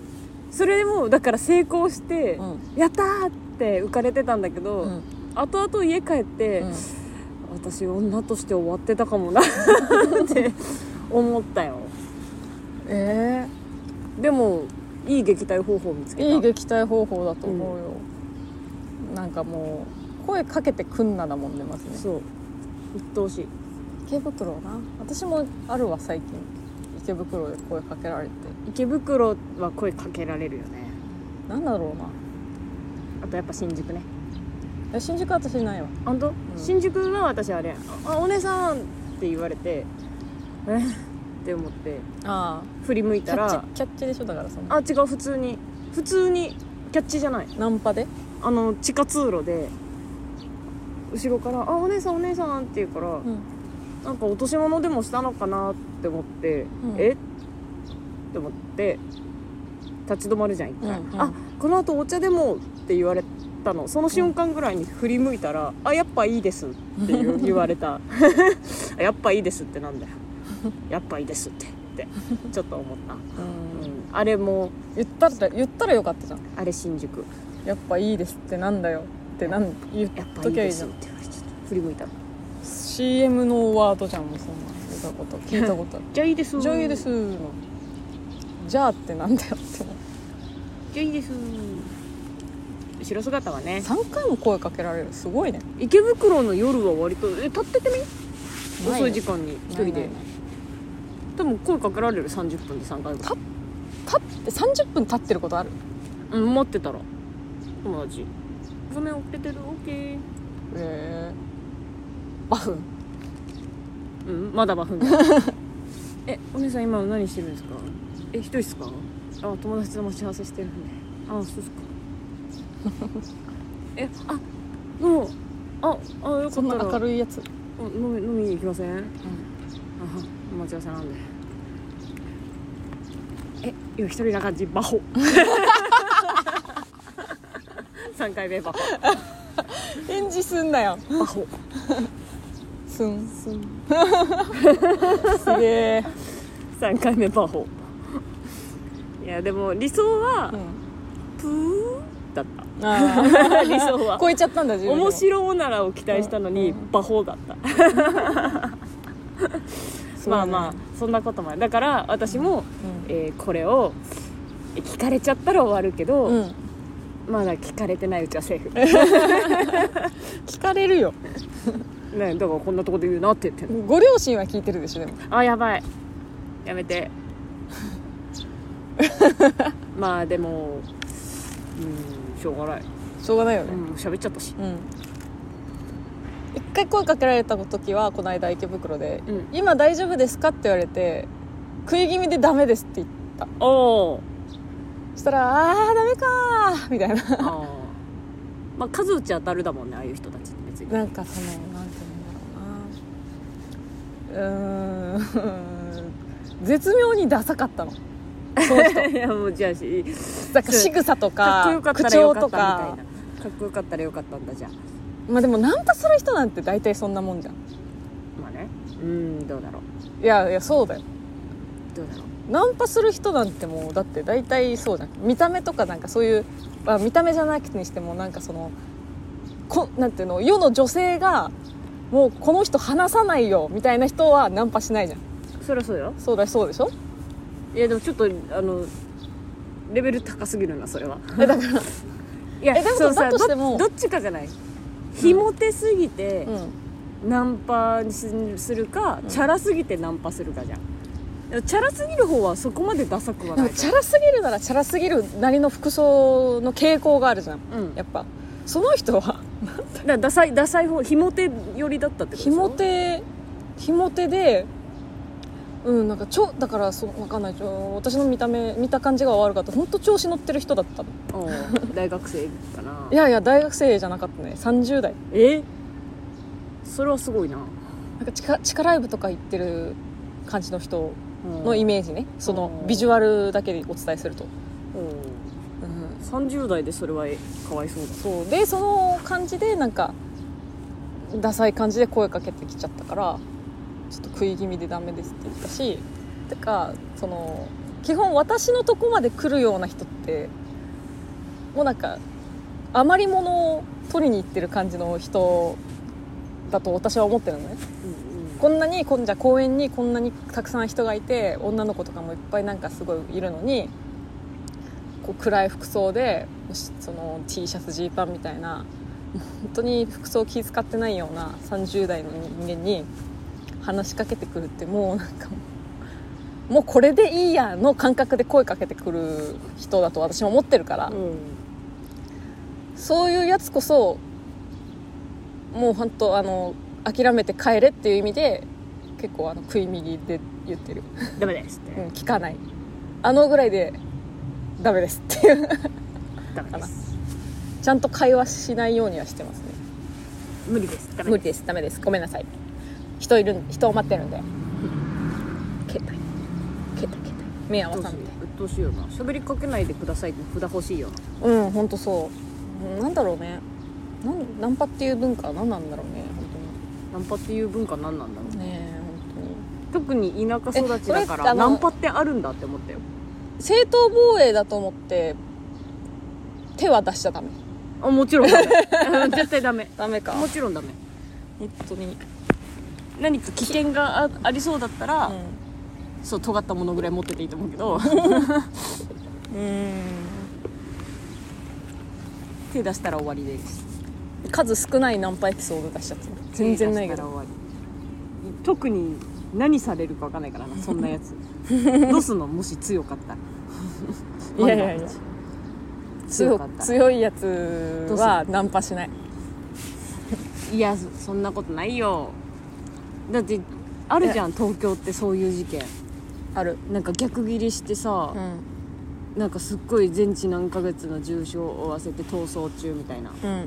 Speaker 1: それでもうだから成功して、
Speaker 2: う
Speaker 1: やったーって浮かれてたんだけど、
Speaker 2: うん
Speaker 1: 後々家帰って、
Speaker 2: うん
Speaker 1: 私女として終わってたか もなって思ったよ
Speaker 2: え
Speaker 1: でもいい撃退方法を見つ
Speaker 2: え
Speaker 1: けた
Speaker 2: いい撃退方法だと思うよ、なんかもう声かけてくんなだもんねますね
Speaker 1: そう鬱陶しい
Speaker 2: 池袋な私もあるわ最近池袋で声かけられて
Speaker 1: 池袋は声かけられるよね
Speaker 2: なんだろうな
Speaker 1: あとやっぱ新宿ね
Speaker 2: え新宿私ないわ
Speaker 1: 本当、新宿は私あれ「あお姉さん」って言われて「えっ?」って思って
Speaker 2: あ
Speaker 1: 振り向い
Speaker 2: キ
Speaker 1: た
Speaker 2: ャ
Speaker 1: ら
Speaker 2: ッチキャッチでしょだからその
Speaker 1: あ違う普通に普通にキャッチじゃない
Speaker 2: ナンパで
Speaker 1: あの地下通路で後ろから「あお姉さんお姉さん」って言うから、
Speaker 2: うん
Speaker 1: なんか落とし物でもしたのかなって思って「
Speaker 2: うん
Speaker 1: えっ?」て思って立ち止まるじゃん一回、
Speaker 2: うんうん
Speaker 1: あこの後お茶でも」って言われたのその瞬間ぐらいに振り向いたら「あやっぱいいです」って言う言われた 「あやっぱいいです」ってなんだよ「やっぱいいです」ってってちょっと思った、う
Speaker 2: うん
Speaker 1: ん、あれも
Speaker 2: 言ったら言ったらよかったじゃん
Speaker 1: あれ新宿
Speaker 2: やっぱいいですってなんだよってなん言っ
Speaker 1: 「やっぱい
Speaker 2: と
Speaker 1: い
Speaker 2: きゃ
Speaker 1: で
Speaker 2: いいじ
Speaker 1: す」
Speaker 2: ゃ
Speaker 1: っ
Speaker 2: ん
Speaker 1: て言われちゃった振り向いたら
Speaker 2: CM のワードじゃんもうそんな言ったこと聞いたことある
Speaker 1: じゃあいいです
Speaker 2: 女優ですのじゃあってなんだよって思う
Speaker 1: じゃあいいです後ろ姿はね
Speaker 2: 3回も声かけられるすごいね
Speaker 1: 池袋の夜は割とえ立っててみ
Speaker 2: ない
Speaker 1: 遅い時間に一人
Speaker 2: ない
Speaker 1: で
Speaker 2: ないない
Speaker 1: でも声かけられる30分で3回ぐらい
Speaker 2: た立って30分立ってることある
Speaker 1: うん待ってたら友達「ごめん遅れてるオッケー
Speaker 2: えバフン
Speaker 1: うんまだバフ ンえお姉さん今何してるんですかえ一人ですかあ友達と待ち合わせしてるんであ そうですかえあどうもああよかったら
Speaker 2: そんな明るいやつ
Speaker 1: あ飲み飲みに行きません、あ待ち合わせなんでえ今一人な感じバホ三回目バホ
Speaker 2: 返事すんなよ
Speaker 1: バホ
Speaker 2: すんすん すげえ
Speaker 1: 三回目バホいやでも理想は
Speaker 2: うん
Speaker 1: プーだった
Speaker 2: あ
Speaker 1: 理想は
Speaker 2: あ超えちゃったんだ自分でも
Speaker 1: 面白おならを期待したのに、
Speaker 2: うん
Speaker 1: バホだった
Speaker 2: そう
Speaker 1: ま
Speaker 2: だ
Speaker 1: あ
Speaker 2: ね
Speaker 1: まあそんなこともあるだから私も、
Speaker 2: うん
Speaker 1: えーこれをえ聞かれちゃったら終わるけど、
Speaker 2: うん
Speaker 1: まだ聞かれてないうちはセーフ
Speaker 2: 聞かれるよ
Speaker 1: ねだからこんなとこで言うなって言ってんの
Speaker 2: ご両親は聞いてるでしょでも
Speaker 1: あやばいやめて まあでもうんしょうがない
Speaker 2: しょうがないよ
Speaker 1: う
Speaker 2: ね
Speaker 1: ん喋っちゃったし
Speaker 2: うん一回声かけられた時はこの間池袋で
Speaker 1: う
Speaker 2: 「
Speaker 1: ん
Speaker 2: 今大丈夫ですか?」って言われて食い気味で「ダメです」って言った
Speaker 1: おー
Speaker 2: そしたら「あーダメかー」みたいな
Speaker 1: あーまあ数打ち当たるだもんねああ いう人たちって別に
Speaker 2: なんかそのなんて言うんだろうなうーん 絶妙にダサかったのその人
Speaker 1: いやもうじゃあし
Speaker 2: なんか仕草と
Speaker 1: かっこ
Speaker 2: か
Speaker 1: よかった
Speaker 2: 口
Speaker 1: らよ
Speaker 2: 調
Speaker 1: か
Speaker 2: と
Speaker 1: ったみたい
Speaker 2: か
Speaker 1: なかっこよかったらよかったんだじゃあ
Speaker 2: まあでもナンパする人なんて大体そんなもんじゃん
Speaker 1: まあねうんどうだろう
Speaker 2: いやいやそうだよ
Speaker 1: どうだろう
Speaker 2: ナンパする人なんてもうだって大体そうじゃん見た目とかなんかそういう、まあ、見た目じゃなくてにしてもなんかそのこなんていうの世の女性がもうこの人話さないよみたいな人はナンパしないじゃん
Speaker 1: そりゃそうよ
Speaker 2: そうだそうでしょ
Speaker 1: いいやでもちょっとあのレベル高すぎるなそれは
Speaker 2: えだから
Speaker 1: いや
Speaker 2: えでも
Speaker 1: そうさ
Speaker 2: だとして
Speaker 1: ど
Speaker 2: も
Speaker 1: どっちかじゃないひも手すぎて
Speaker 2: うん
Speaker 1: ナンパにすするか、チャラすぎてナンパするかじゃんでもチャラすぎる方はそこまでダサくはな
Speaker 2: でも
Speaker 1: い
Speaker 2: チャラすぎるならチャラすぎるなりの服装の傾向があるじゃん、
Speaker 1: うん
Speaker 2: やっぱその人は
Speaker 1: だからダサいダサい方ひも手寄りだったってこと
Speaker 2: ひ
Speaker 1: でしょ
Speaker 2: も手ひも手でうんなんかちょだからそう分かんないちょ私の見た目見た感じが悪かった本当調子乗ってる人だったの
Speaker 1: うん大学生かない
Speaker 2: やいや大学生じゃなかったね30代
Speaker 1: えそれはすごいな、
Speaker 2: なんか地下地下ライブとか行ってる感じの人
Speaker 1: うん
Speaker 2: のイメージねそのビジュアルだけでお伝えすると、
Speaker 1: うん
Speaker 2: うん、
Speaker 1: 30代でそれはかわいそうだ
Speaker 2: そうでその感じでなんかダサい感じで声かけてきちゃったからちょっと食い気味でダメですって言ったしてかその基本私のとこまで来るような人ってもうなんか余り物を取りに行ってる感じの人だと私は思ってるのね
Speaker 1: うん
Speaker 2: こんなにこんじゃ公園にこんなにたくさん人がいて女の子とかもいっぱいなんかすごいいるのにこう暗い服装でしその T シャツジーパンみたいなもう本当に服装気遣ってないような30代の人間に話しかけてくるってもうなんかもうもうこれでいいやの感覚で声かけてくる人だと私も思ってるから、
Speaker 1: うん
Speaker 2: そういうやつこそもう本当あの諦めて帰れっていう意味で結構あの食い右で言ってる、
Speaker 1: ダメですって、
Speaker 2: うん、聞かないあのぐらいでダメですっていう
Speaker 1: ダメです
Speaker 2: ちゃんと会話しないようにはしてますね
Speaker 1: 無理ですダメ
Speaker 2: 無理ですダメですごめんなさい人いるん人を待ってるんで携帯携帯携帯目
Speaker 1: う
Speaker 2: 合わ
Speaker 1: っと
Speaker 2: さ
Speaker 1: うんしい
Speaker 2: で
Speaker 1: うっとうしいよな喋りかけないでくださいって札欲しいよな
Speaker 2: うん本当そううんなんだろうねなんナンパっていう文化は何なんだろうね
Speaker 1: ナンパっていう文化何なんだろ
Speaker 2: 本当にねえ本当
Speaker 1: う
Speaker 2: に
Speaker 1: 特に田舎育ちだか
Speaker 2: えこれあ
Speaker 1: ら
Speaker 2: の
Speaker 1: ナンパってあるんだって思ったよ
Speaker 2: 正当防衛だと思って手は出しちゃダメ
Speaker 1: あもちろんダメ うん絶対ダメ
Speaker 2: ダメか
Speaker 1: もちろんダメ
Speaker 2: 本当に、
Speaker 1: 何か危険があありそうだったら、
Speaker 2: う
Speaker 1: そう尖ったものぐらい持ってていいと思うけ ど
Speaker 2: ん、
Speaker 1: 手出したら終わりです
Speaker 2: 数少ないナンパエピソード出しちゃった全然ない
Speaker 1: 手出し
Speaker 2: けど
Speaker 1: たら終わり特に何されるか分かんないからなそんなや つどうすんのもし強かったら
Speaker 2: いやいやいや強
Speaker 1: 強かった
Speaker 2: 強いやつ
Speaker 1: どうす
Speaker 2: は
Speaker 1: る
Speaker 2: ナンパしない
Speaker 1: いやそそんなことないよだってあるじゃん東京ってそういう事件
Speaker 2: ある
Speaker 1: なんか逆ギりしてさ
Speaker 2: う、ん
Speaker 1: なんかすっごい全治何ヶ月の重傷を負わせて逃走中みたいな
Speaker 2: うん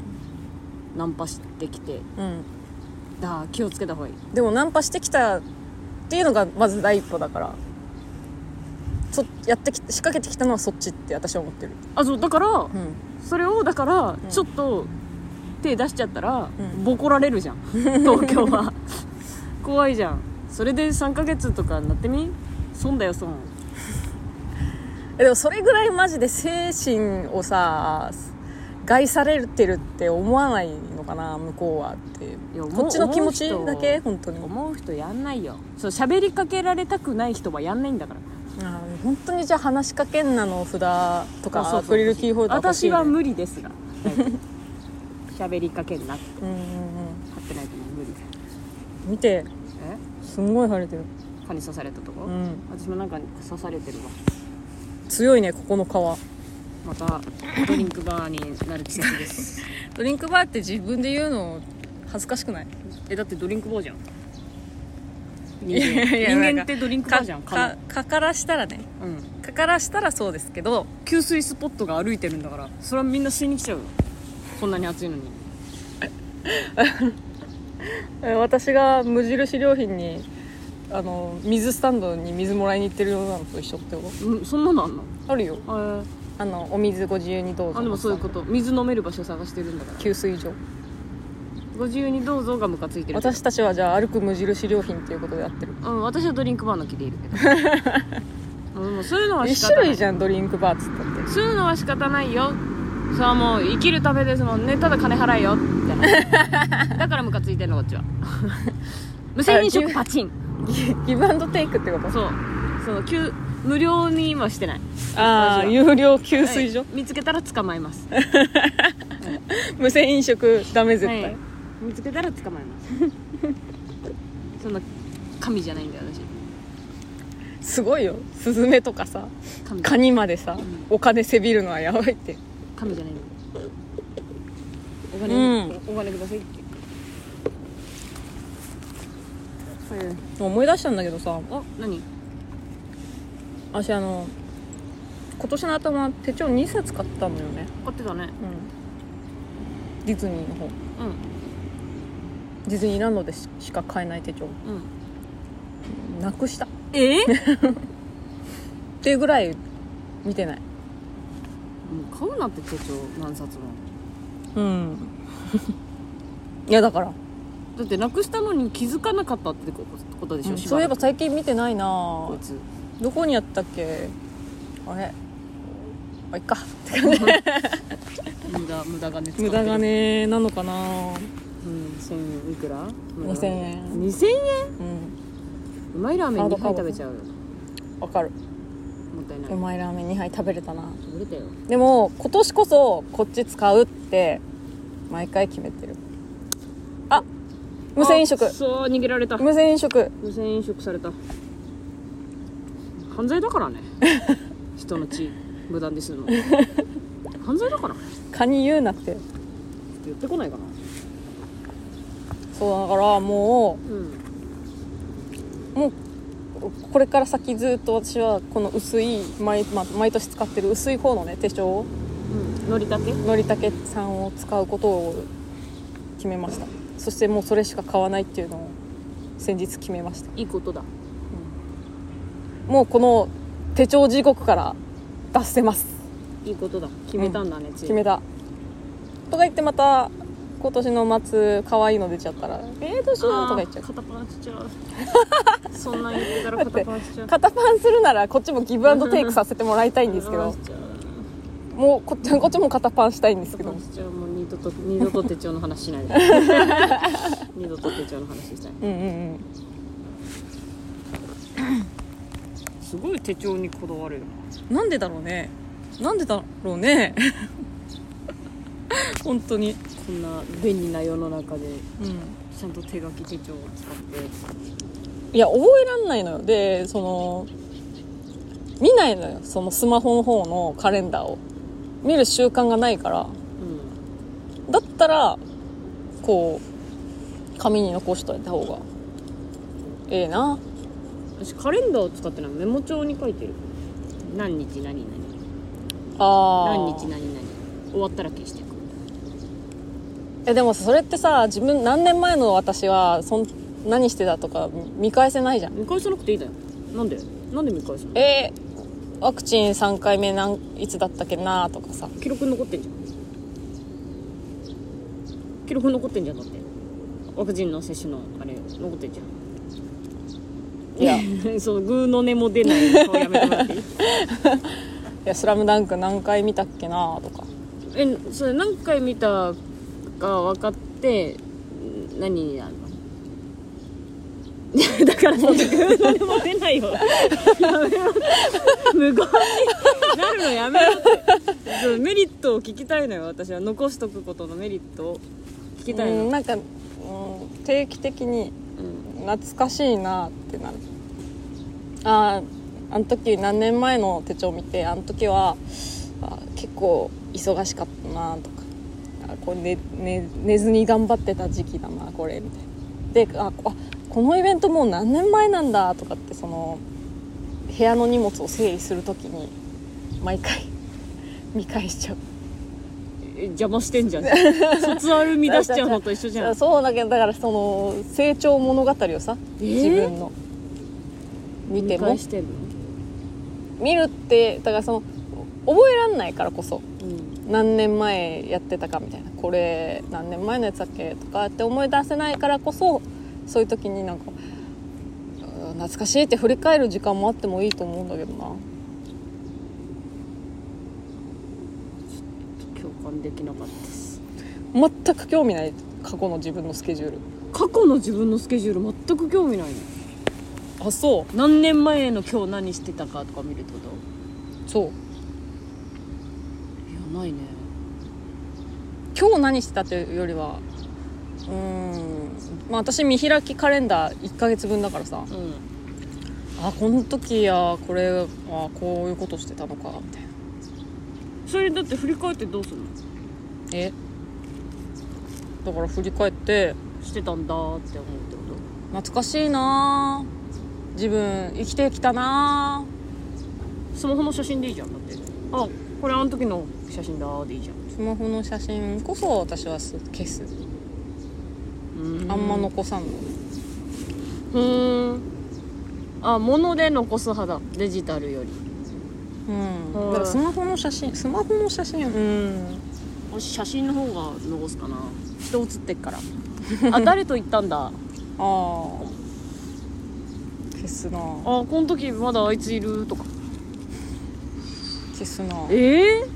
Speaker 1: ナンパしてきて
Speaker 2: うん
Speaker 1: だ気をつけた方がいい
Speaker 2: でもナンパしてきたっていうのがまず第一歩だからそやってき仕掛けてきたのはそっちって私は思ってる
Speaker 1: あそうだから
Speaker 2: うん
Speaker 1: それをだから
Speaker 2: ん
Speaker 1: ちょっと手出しちゃったら
Speaker 2: うん
Speaker 1: ボコられるじ ゃん東京は怖いじゃんそれで3ヶ月とかなってみ損だよ損
Speaker 2: えでもそれぐらいマジで精神をさ害されてるって思わないのかな向こうはって
Speaker 1: いや思う
Speaker 2: こっちの気持ち
Speaker 1: 思う人
Speaker 2: だけ本当に
Speaker 1: 思う人やんないよそう喋りかけられたくない人はやんないんだから
Speaker 2: あー本当にじゃあ話しかけんなの札
Speaker 1: そ
Speaker 2: と
Speaker 1: うそうそ
Speaker 2: か
Speaker 1: う
Speaker 2: アクリルキーホルダー欲し
Speaker 1: 私
Speaker 2: いね
Speaker 1: は無理ですがはい 喋りかけんなって
Speaker 2: うんうん
Speaker 1: 貼ってないともう無理
Speaker 2: うん見て
Speaker 1: え
Speaker 2: すんごい腫れてる、
Speaker 1: 蚊に刺されたとこ、
Speaker 2: うん、
Speaker 1: 私もなんか刺されてるわ
Speaker 2: 強いねここの皮
Speaker 1: またドリンクバーになる季節です
Speaker 2: ドリンクバーって自分で言うの恥ずかしくない
Speaker 1: えだってドリンクバーじゃん人
Speaker 2: いや
Speaker 1: 間
Speaker 2: いやな
Speaker 1: 人
Speaker 2: んか
Speaker 1: 間ってドリンクバ
Speaker 2: か
Speaker 1: ーじゃん
Speaker 2: か
Speaker 1: 蚊
Speaker 2: かからしたらね
Speaker 1: のうん
Speaker 2: かからしたらそうですけど
Speaker 1: 給水スポットが歩いてるんだからそれはみんな吸いに来ちゃうよこんなに暑いのに
Speaker 2: えー私が無印良品にあの水スタンドに水もらいに行ってるようなのと一緒ってこと
Speaker 1: うんそんなのあんの
Speaker 2: あるよ
Speaker 1: えー
Speaker 2: あのお水ご自由にどうぞ
Speaker 1: あでもそういうこと水飲める場所探してるんだから
Speaker 2: 給水所
Speaker 1: ご自由にどうぞがムカついてるけど
Speaker 2: 私たちはじゃあ歩く無印良品っていうことで合ってる
Speaker 1: うん私はドリンクバーの木でいるけ どうんもうそういうのは仕
Speaker 2: 一
Speaker 1: 方
Speaker 2: 種
Speaker 1: ない
Speaker 2: 類じゃんドリンクバーっつったって
Speaker 1: そういうのは仕方ないよそれはもう生きるためですもんねただ金払えよみたい なだからムカついてんのこっちは無制限飲食パチン
Speaker 2: ギギブアンドテイクってこと
Speaker 1: そうその給無料に今してない
Speaker 2: ああ有料給水所、
Speaker 1: はい見つけたら捕まえ ます
Speaker 2: 無銭飲食ダメ絶対、
Speaker 1: はい見つけたら捕まえます そんな神じゃないんだよ
Speaker 2: すごいよスズメとかさ
Speaker 1: 私神
Speaker 2: カニまでさ、
Speaker 1: ん
Speaker 2: お金せびるのはやばいって
Speaker 1: 神じゃないんだよお金、お金くださいってはい
Speaker 2: 思い出したんだけどさ
Speaker 1: お何
Speaker 2: 私あの今年の頭手帳2冊買ったのよね、
Speaker 1: 買ってたね
Speaker 2: うん、ディズニーの方
Speaker 1: う
Speaker 2: ディズニーランドでししか買えない手帳
Speaker 1: んうん
Speaker 2: なくしたっ
Speaker 1: え
Speaker 2: ていうぐらい見てない
Speaker 1: もう買うなって手帳何冊も
Speaker 2: うん いやだから、
Speaker 1: だってなくしたのに気づかなかったってことことでしょ、し
Speaker 2: そ
Speaker 1: ば
Speaker 2: うい
Speaker 1: ら
Speaker 2: え
Speaker 1: く
Speaker 2: ば最近見てないな
Speaker 1: こいつ
Speaker 2: どこにやったっけあれあいっか
Speaker 1: 無駄無駄金使って
Speaker 2: 無
Speaker 1: る
Speaker 2: 駄金なのかな
Speaker 1: うん1000いくら
Speaker 2: 2000円
Speaker 1: 2000円
Speaker 2: うん
Speaker 1: うまいラーメン
Speaker 2: カード
Speaker 1: 2杯
Speaker 2: カー
Speaker 1: 食
Speaker 2: ド
Speaker 1: べちゃうよ
Speaker 2: わかる
Speaker 1: もったいないう
Speaker 2: まいラーメン2杯食べれたな
Speaker 1: 潰れたよ
Speaker 2: でも今年こそこっち使うって毎回決めてるあ無銭飲食
Speaker 1: あそう逃げられた
Speaker 2: 無銭飲食
Speaker 1: 無銭飲食された犯罪だ からね人の血無断でするの犯罪だから
Speaker 2: カニ言うなって
Speaker 1: 言ってこないかな
Speaker 2: そうだからも
Speaker 1: うん
Speaker 2: うもうこれから先ずっと私はこの薄い毎,、まあ、毎年使ってる薄い方のね手帳を
Speaker 1: うんのりたけ
Speaker 2: のりたけさんを使うことを決めましたそしてもうそれしか買わないっていうのを先日決めました
Speaker 1: いいことだ
Speaker 2: もうこの手帳地獄から脱せます
Speaker 1: いいことだ決めたんだね、つい
Speaker 2: 決めたとか言ってまた今年の末可愛いの出ちゃったら「えー、どうしよう」とか言っちゃ
Speaker 1: あー
Speaker 2: う
Speaker 1: 肩パンしちゃうそんなん言 ってたら肩パンしちゃう
Speaker 2: 肩パンするならこっちもギブアンドテイクさせてもらいたいんですけ
Speaker 1: 肩パン
Speaker 2: ど
Speaker 1: しちゃう
Speaker 2: もうこっちこっちも肩パンしたいんですけ
Speaker 1: 肩パ
Speaker 2: ど
Speaker 1: ンしちゃうもう二度 と二度と手帳の話しないで二度と手帳の話したい
Speaker 2: うんうんうん
Speaker 1: すごい手帳にこだわるよ
Speaker 2: なんでだろうねなんでだろうね 本当に
Speaker 1: こんな便利な世の中で
Speaker 2: うん
Speaker 1: ちゃんと手書き手帳を使って
Speaker 2: いや覚えらんないのよでその見ないのよそのスマホの方のカレンダーを見る習慣がないから
Speaker 1: う
Speaker 2: だったらこう紙に残しといた方がええなん
Speaker 1: 私カレンダーを使ってないメモ帳に書いてる何日何々
Speaker 2: あ
Speaker 1: 何
Speaker 2: ー
Speaker 1: 日何々終わったら消していく
Speaker 2: えでもさそれってさ自分何年前の私はそん何してたとか見返せないじゃん
Speaker 1: 見返さなくていいだよなんでなんで見返すの
Speaker 2: えーワクチン3回目なんいつだったっけなとかさ
Speaker 1: 記録に残ってんじゃん記録に残ってんじゃんだってワクチンの接種のあれ残ってんじゃん
Speaker 2: いや
Speaker 1: そのグーの根も出ない顔やめてもらっていい
Speaker 2: 「いやスラムダンク何回見たっけなとか
Speaker 1: えそれ何回見たか分かって何になるのだからそのグ ーの根も出ないよや めろ無言になるのやめろってそうメリットを聞きたいのよ私は残しとくことのメリットを聞きたいの、
Speaker 2: うんなんか、うん、定期的に
Speaker 1: うん
Speaker 2: 懐かしいなってなるあああの時何年前の手帳見てあの時はあ結構忙しかったなとかあこれ寝寝寝ずに頑張ってた時期だなこれみたいなであこあこのイベントもう何年前なんだとかってその部屋の荷物を整理する時に毎回 見返しちゃう
Speaker 1: え邪魔してん じゃん卒アル見出しちゃうのと一緒じゃん
Speaker 2: そうだけどだからその成長物語をさ、
Speaker 1: えー
Speaker 2: 自分の見て
Speaker 1: 見
Speaker 2: も
Speaker 1: 返してんの、
Speaker 2: 見るってだからその覚えらんないからこそ
Speaker 1: うん、
Speaker 2: 何年前やってたかみたいなこれ何年前のやつだっけとかって思い出せないからこそそういう時になんかうん懐かしいって振り返る時間もあってもいいと思うんだけどな
Speaker 1: 共感できなかったです
Speaker 2: 全く興味ない過去の自分のスケジュール
Speaker 1: 過去の自分のスケジュール全く興味ない
Speaker 2: あそう
Speaker 1: 何年前の今日何してたかとか見るってこと
Speaker 2: そう
Speaker 1: いやないね
Speaker 2: 今日何してたというよりはうーんまあ私見開きカレンダー1ヶ月分だからさ
Speaker 1: うん
Speaker 2: あこの時やこれあこういうことしてたのかみたいな
Speaker 1: それだって振り返ってどうするの
Speaker 2: えだから振り返って
Speaker 1: してたんだって思うってこ
Speaker 2: 懐かしいなぁ自分生きてきたな
Speaker 1: とスマホの写真でいいじゃんだってあこれあの時の写真だでいいじゃん
Speaker 2: ぁスマホの写真こそ私はす消すあんま残さんの
Speaker 1: うーんあ物で残す派だデジタルより
Speaker 2: うん
Speaker 1: うん
Speaker 2: だからスマホの写真スマホの写真うん
Speaker 1: 私写真の方が残すかな人写ってっ からあ誰と行ったんだあ
Speaker 2: ああ消すなぁ
Speaker 1: この時まだあいついるとか
Speaker 2: 消すなぁ
Speaker 1: ええ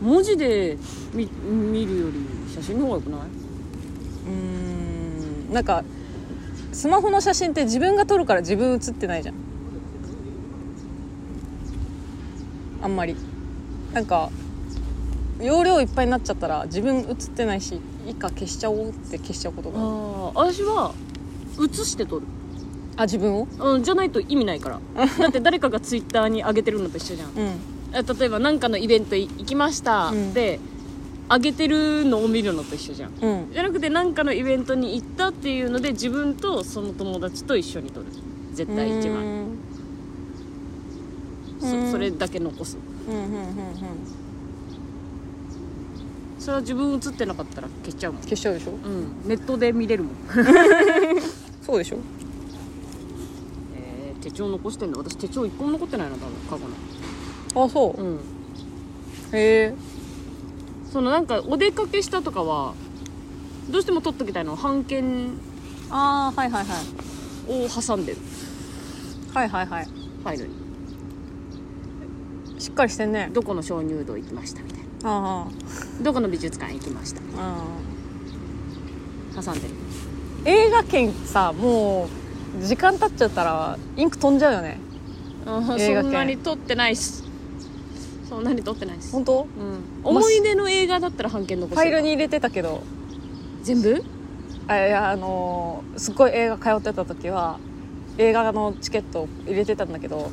Speaker 1: 文字で見見るより写真の方がよくないう
Speaker 2: ーんなんかスマホの写真って自分が撮るから自分写ってないじゃんあんまりなんか容量いっぱいになっちゃったら自分写ってないしいいか消しちゃおうって消しちゃうことがある
Speaker 1: ああ私は写して撮る
Speaker 2: あ自分を
Speaker 1: うん、じゃないと意味ないから だって誰かがツイッターに上げてるのと一緒じゃん
Speaker 2: うん
Speaker 1: え例えば何かのイベントい行きました、
Speaker 2: うん
Speaker 1: で上げてるのを見るのと一緒じゃん
Speaker 2: うん
Speaker 1: じゃなくて何かのイベントに行ったっていうので自分とその友達と一緒に撮る絶対一番
Speaker 2: うーん
Speaker 1: そそれだけ残す
Speaker 2: ーんうんうんうんうん
Speaker 1: それは自分映ってなかったら消しちゃうもん
Speaker 2: 消しちゃうでしょ
Speaker 1: うんネットで見れるもん
Speaker 2: そうでしょ
Speaker 1: えー、手帳残してんの私手帳一個も残ってないな多分過去の
Speaker 2: あそう、
Speaker 1: うん
Speaker 2: へえ
Speaker 1: そのなんかお出かけしたとかはどうしても撮っときたいのは半券
Speaker 2: ああはいはいはい
Speaker 1: を挟んでる
Speaker 2: はいはいはい
Speaker 1: ファイルに
Speaker 2: しっかりしてんね
Speaker 1: どこの鍾乳洞行きましたみたいな
Speaker 2: あー
Speaker 1: どこの美術館行きました
Speaker 2: あーあー
Speaker 1: 挟んでる
Speaker 2: 映画券さもう時間経っちゃったらインク飛んじゃうよね映画
Speaker 1: そ
Speaker 2: 券
Speaker 1: んなに撮ってないっすそんなに撮ってないっす、
Speaker 2: 本当
Speaker 1: うん、
Speaker 2: もし
Speaker 1: 思い出の映画だったら半券残
Speaker 2: フ
Speaker 1: して
Speaker 2: ァイ
Speaker 1: る
Speaker 2: ルに入れてたけど
Speaker 1: 全部
Speaker 2: あいやあのーすっごい映画通ってた時は映画のチケットを入れてたんだけど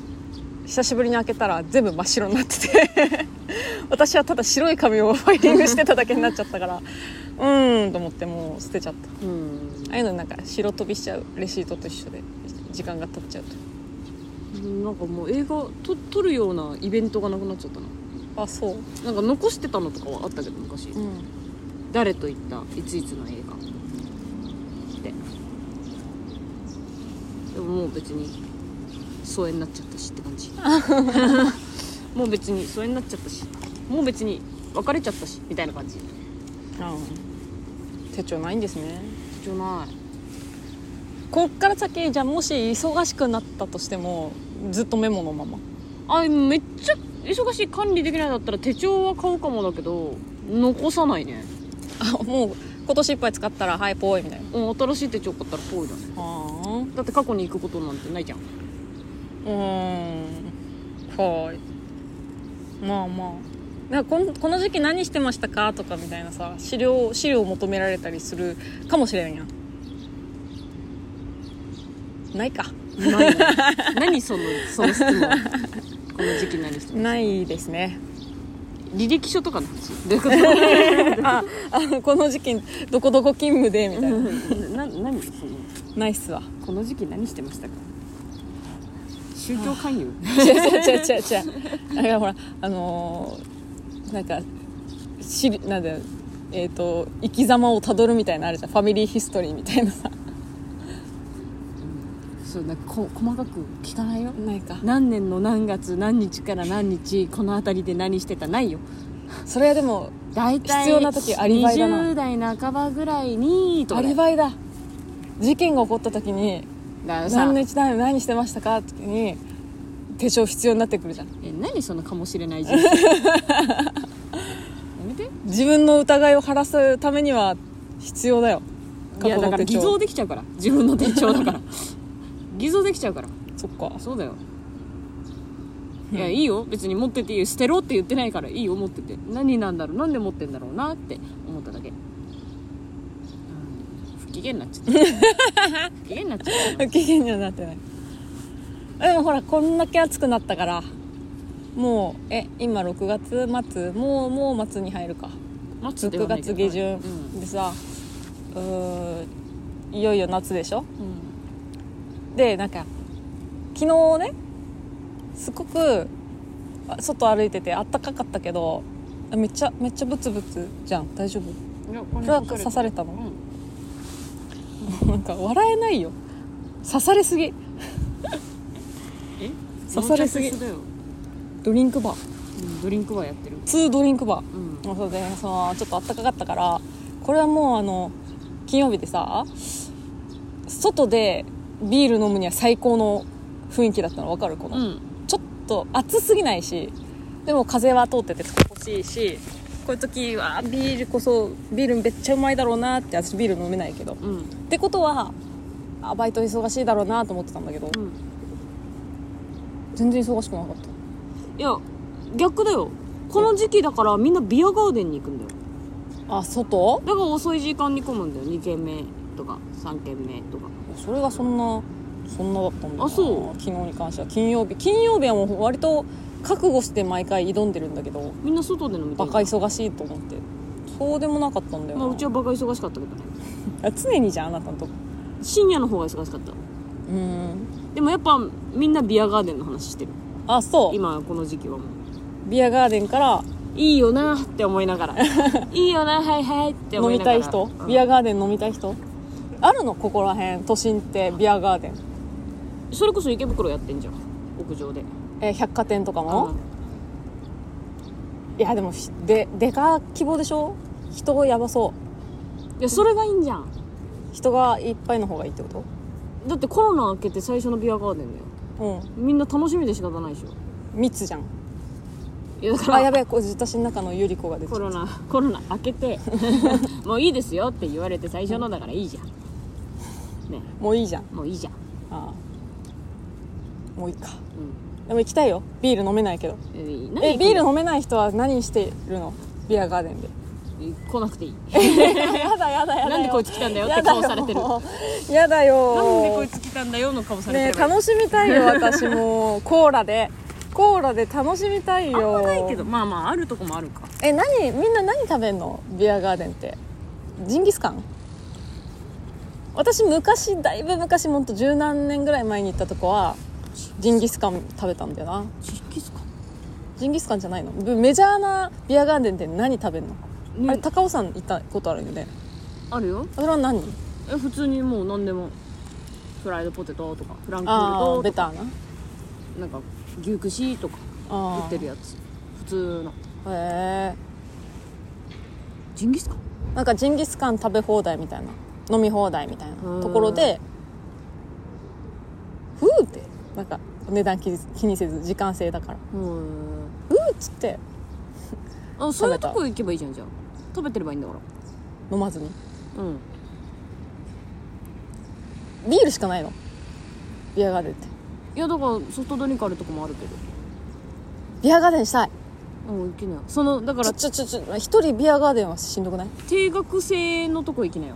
Speaker 2: 久しぶりに開けたら全部真っ白になってて 私はただ白い紙をファイリングしてただけになっちゃったからうーんと思ってもう捨てちゃった
Speaker 1: うん
Speaker 2: ああいうのなんか白飛びしちゃうレシートと一緒で時間が経っちゃう
Speaker 1: なんかもう映画と撮るようなイベントがなくなっちゃったな
Speaker 2: とあそう
Speaker 1: なんか残してたのとかはあったけど昔、
Speaker 2: うん
Speaker 1: 誰と行ったいついつの映画ってでももう別に疎遠になっちゃったしって 感じもう別に疎遠になっちゃったしもう別に別れちゃったしみたいな感じ
Speaker 2: あー手帳ないんですね
Speaker 1: じゃない
Speaker 2: こっから先じゃあもし忙しくなったとしてもずっとメモのま ま
Speaker 1: あめっちゃ忙しい管理できないんだったら手帳は買うかもだけど残さないね
Speaker 2: あもう今年いっぱい使ったらはいぽいみたいな
Speaker 1: うん新しい手帳買ったらぽいだね
Speaker 2: は
Speaker 1: だって過去に行くことなんてないじゃん
Speaker 2: あうんはいまあまあなんかこんこの時期何してましたかとかみたいなさ資料資料を求められたりするかもしれんやんないか
Speaker 1: ない ね何そのその質問この時期何してる
Speaker 2: ないですね
Speaker 1: 履歴書とかの話どういう
Speaker 2: ああのこの時期どこどこ勤務でみたいな
Speaker 1: こと な何その
Speaker 2: ないっすわ
Speaker 1: この時期何してましたか宗教勧誘
Speaker 2: 違う違う違う違うだからほらあのーなんかしりなんだよえっ、と生き様をたどるみたいなのあるじゃんファミリーヒストリーみたいなさ
Speaker 1: そうなんかこ細かく聞かないよ
Speaker 2: ないか
Speaker 1: 何年の何月何日から何日この辺りで何してたないよ
Speaker 2: それはでも
Speaker 1: 大体
Speaker 2: 必要な時アリバイだな
Speaker 1: 20代半ばぐらいにと
Speaker 2: ア
Speaker 1: かだ
Speaker 2: リ
Speaker 1: よ
Speaker 2: バイだ事件が起こった時に
Speaker 1: だからさ
Speaker 2: 何の一段何してましたかって時に手帳必要になってくるじゃん
Speaker 1: え何そのかもしれない人生 やめて
Speaker 2: 自分の疑いを晴らすためには必要だよ
Speaker 1: いやだ
Speaker 2: の
Speaker 1: から偽造できちゃうから自分の手帳だから偽造できちゃうから
Speaker 2: そっか
Speaker 1: そうだよいやいいよ別に持ってていいよ捨てろって言ってないからいいよ持ってて何なんだろうなんで持ってんだろうなって思っただけうん不機嫌になっち ゃった不機嫌になっちゃった
Speaker 2: 不機嫌にはなってないあでもほらこんだけ暑くなったからもうえ今6月末もうもう末に入るか
Speaker 1: 待
Speaker 2: 6月下旬
Speaker 1: うん
Speaker 2: でさ、うーん、いよいよ夏でしょ
Speaker 1: うん
Speaker 2: でなんか昨日ねすごくあ外歩いててあったかかったけどあめっちゃめっちゃブツブツじゃん大丈夫
Speaker 1: いやこれ
Speaker 2: が
Speaker 1: 刺された
Speaker 2: 刺されたの
Speaker 1: うん
Speaker 2: なんか笑えないよ刺されすぎ
Speaker 1: え
Speaker 2: 刺されすぎ
Speaker 1: ノーチャスだよ
Speaker 2: ドリンクバ
Speaker 1: う
Speaker 2: ー
Speaker 1: んドリンクはやってる
Speaker 2: 2ドリンクバー
Speaker 1: うん
Speaker 2: もうそうでそのちょっと暖かかったからこれはもうあの金曜日でさ外でビール飲むには最高の雰囲気だったの分かるこの、
Speaker 1: うん
Speaker 2: ちょっと暑すぎないしでも風は通ってて心地いいしこういう時はビールこそビールめっちゃうまいだろうなって私ビール飲めないけどっ
Speaker 1: うん
Speaker 2: てことはあバイト忙しいだろうなと思ってたんだけど、
Speaker 1: うん
Speaker 2: 全然忙しくなかった
Speaker 1: いや逆だよこの時期だからみんなビアガーデンに行くんだよ
Speaker 2: あ外
Speaker 1: だから遅い時間に混むんだよ2軒目とか3軒目とか
Speaker 2: それがそんなそんなだったんだな
Speaker 1: あそう
Speaker 2: 昨日に関しては金曜日金曜日はもう割と覚悟して毎回挑んでるんだけど
Speaker 1: みんな外で飲みた
Speaker 2: バ
Speaker 1: いん
Speaker 2: カ
Speaker 1: だ
Speaker 2: 忙しいと思ってそうでもなかったんだよ
Speaker 1: ま
Speaker 2: な、
Speaker 1: あうちはバカ忙しかったけどね
Speaker 2: あ常にじゃんあなたのとこ
Speaker 1: 深夜の方が忙しかった
Speaker 2: うーん
Speaker 1: でもやっぱみんなビアガーデンの話してる
Speaker 2: あそう
Speaker 1: 今この時期はもう
Speaker 2: ビアガーデンから
Speaker 1: いいよなって思いなが らいいよなはいはいって
Speaker 2: 飲
Speaker 1: 思い
Speaker 2: み
Speaker 1: ながら
Speaker 2: たい人
Speaker 1: うん
Speaker 2: ビアガーデン飲みたい人あるのここら辺都心ってビアガーデン、
Speaker 1: それこそ池袋やってんじゃん屋上で
Speaker 2: えー百貨店とか
Speaker 1: う
Speaker 2: も
Speaker 1: ん、
Speaker 2: いやでもひででか希望でしょ人やばそ
Speaker 1: いやそれがいいんじゃん
Speaker 2: う人がいっぱいの方がいいってこ
Speaker 1: だってコロナ明けて最初のビアガーデンだよ
Speaker 2: とうん
Speaker 1: みんな楽しみで仕方ないでしょ
Speaker 2: 密じゃん
Speaker 1: いやだから
Speaker 2: あやべえこれ私の中のゆり子が出てき
Speaker 1: コ
Speaker 2: た
Speaker 1: ロナ コロナ明け てもういいですよって言われて最初のだからいいじゃんね
Speaker 2: もういいじゃん
Speaker 1: もういいじゃん
Speaker 2: ああもういい
Speaker 1: う
Speaker 2: かでも行きたいよビール飲めないけど
Speaker 1: んえいい
Speaker 2: え
Speaker 1: 何
Speaker 2: ビール飲めない人は何してるのビアガーデ ンで
Speaker 1: 来なくていい
Speaker 2: やだやだやだよ
Speaker 1: なんでこいつ来たんだよって顔されてる
Speaker 2: やだよ
Speaker 1: なんでこいつ来たんだよの顔さ
Speaker 2: ね
Speaker 1: れ
Speaker 2: え
Speaker 1: てる、
Speaker 2: 楽しみたいよ私もコーラでコーラで楽しみたい
Speaker 1: あん
Speaker 2: よ
Speaker 1: まないけどまあまああるとこもあるか
Speaker 2: え何みんな何食べんのビアガーデンってジンギスカン私昔だいぶ昔もっと十何年ぐらい前に行ったとこはジンギスカン食べたんだよな
Speaker 1: ジンギスカン
Speaker 2: ジンギスカンじゃないのぶメジャーなビアガーデンで何食べんの、
Speaker 1: ね
Speaker 2: あれ高尾さん行ったことあるよね
Speaker 1: あるよ
Speaker 2: それは何
Speaker 1: え普通にもう何でもフライドポテトとかフランクフル
Speaker 2: ああ
Speaker 1: ト
Speaker 2: ベ
Speaker 1: とか
Speaker 2: ターな
Speaker 1: なんか牛串とか売
Speaker 2: あ
Speaker 1: っ
Speaker 2: ー
Speaker 1: てるやつ普通の
Speaker 2: へえ
Speaker 1: ジンギスカン
Speaker 2: なんかジンギスカン食べ放題みたいな飲み放題みたいなところでふうってなんか値段気に気にせず時間制だから
Speaker 1: うん
Speaker 2: ふうっつって
Speaker 1: あそういうとこ行けばいいじゃんじゃあ食べてればいいんだから
Speaker 2: 飲まずに
Speaker 1: うん
Speaker 2: ビールしかないのビアガーデンって
Speaker 1: いやだからソフトドリンクあるとこもあるけど
Speaker 2: ビアガーデンしたい
Speaker 1: うん行きなよそのだか
Speaker 2: ほ
Speaker 1: ら
Speaker 2: らちょちょちょ一人ビアガーデンはしんどくない
Speaker 1: 定額制のとこ行きなよ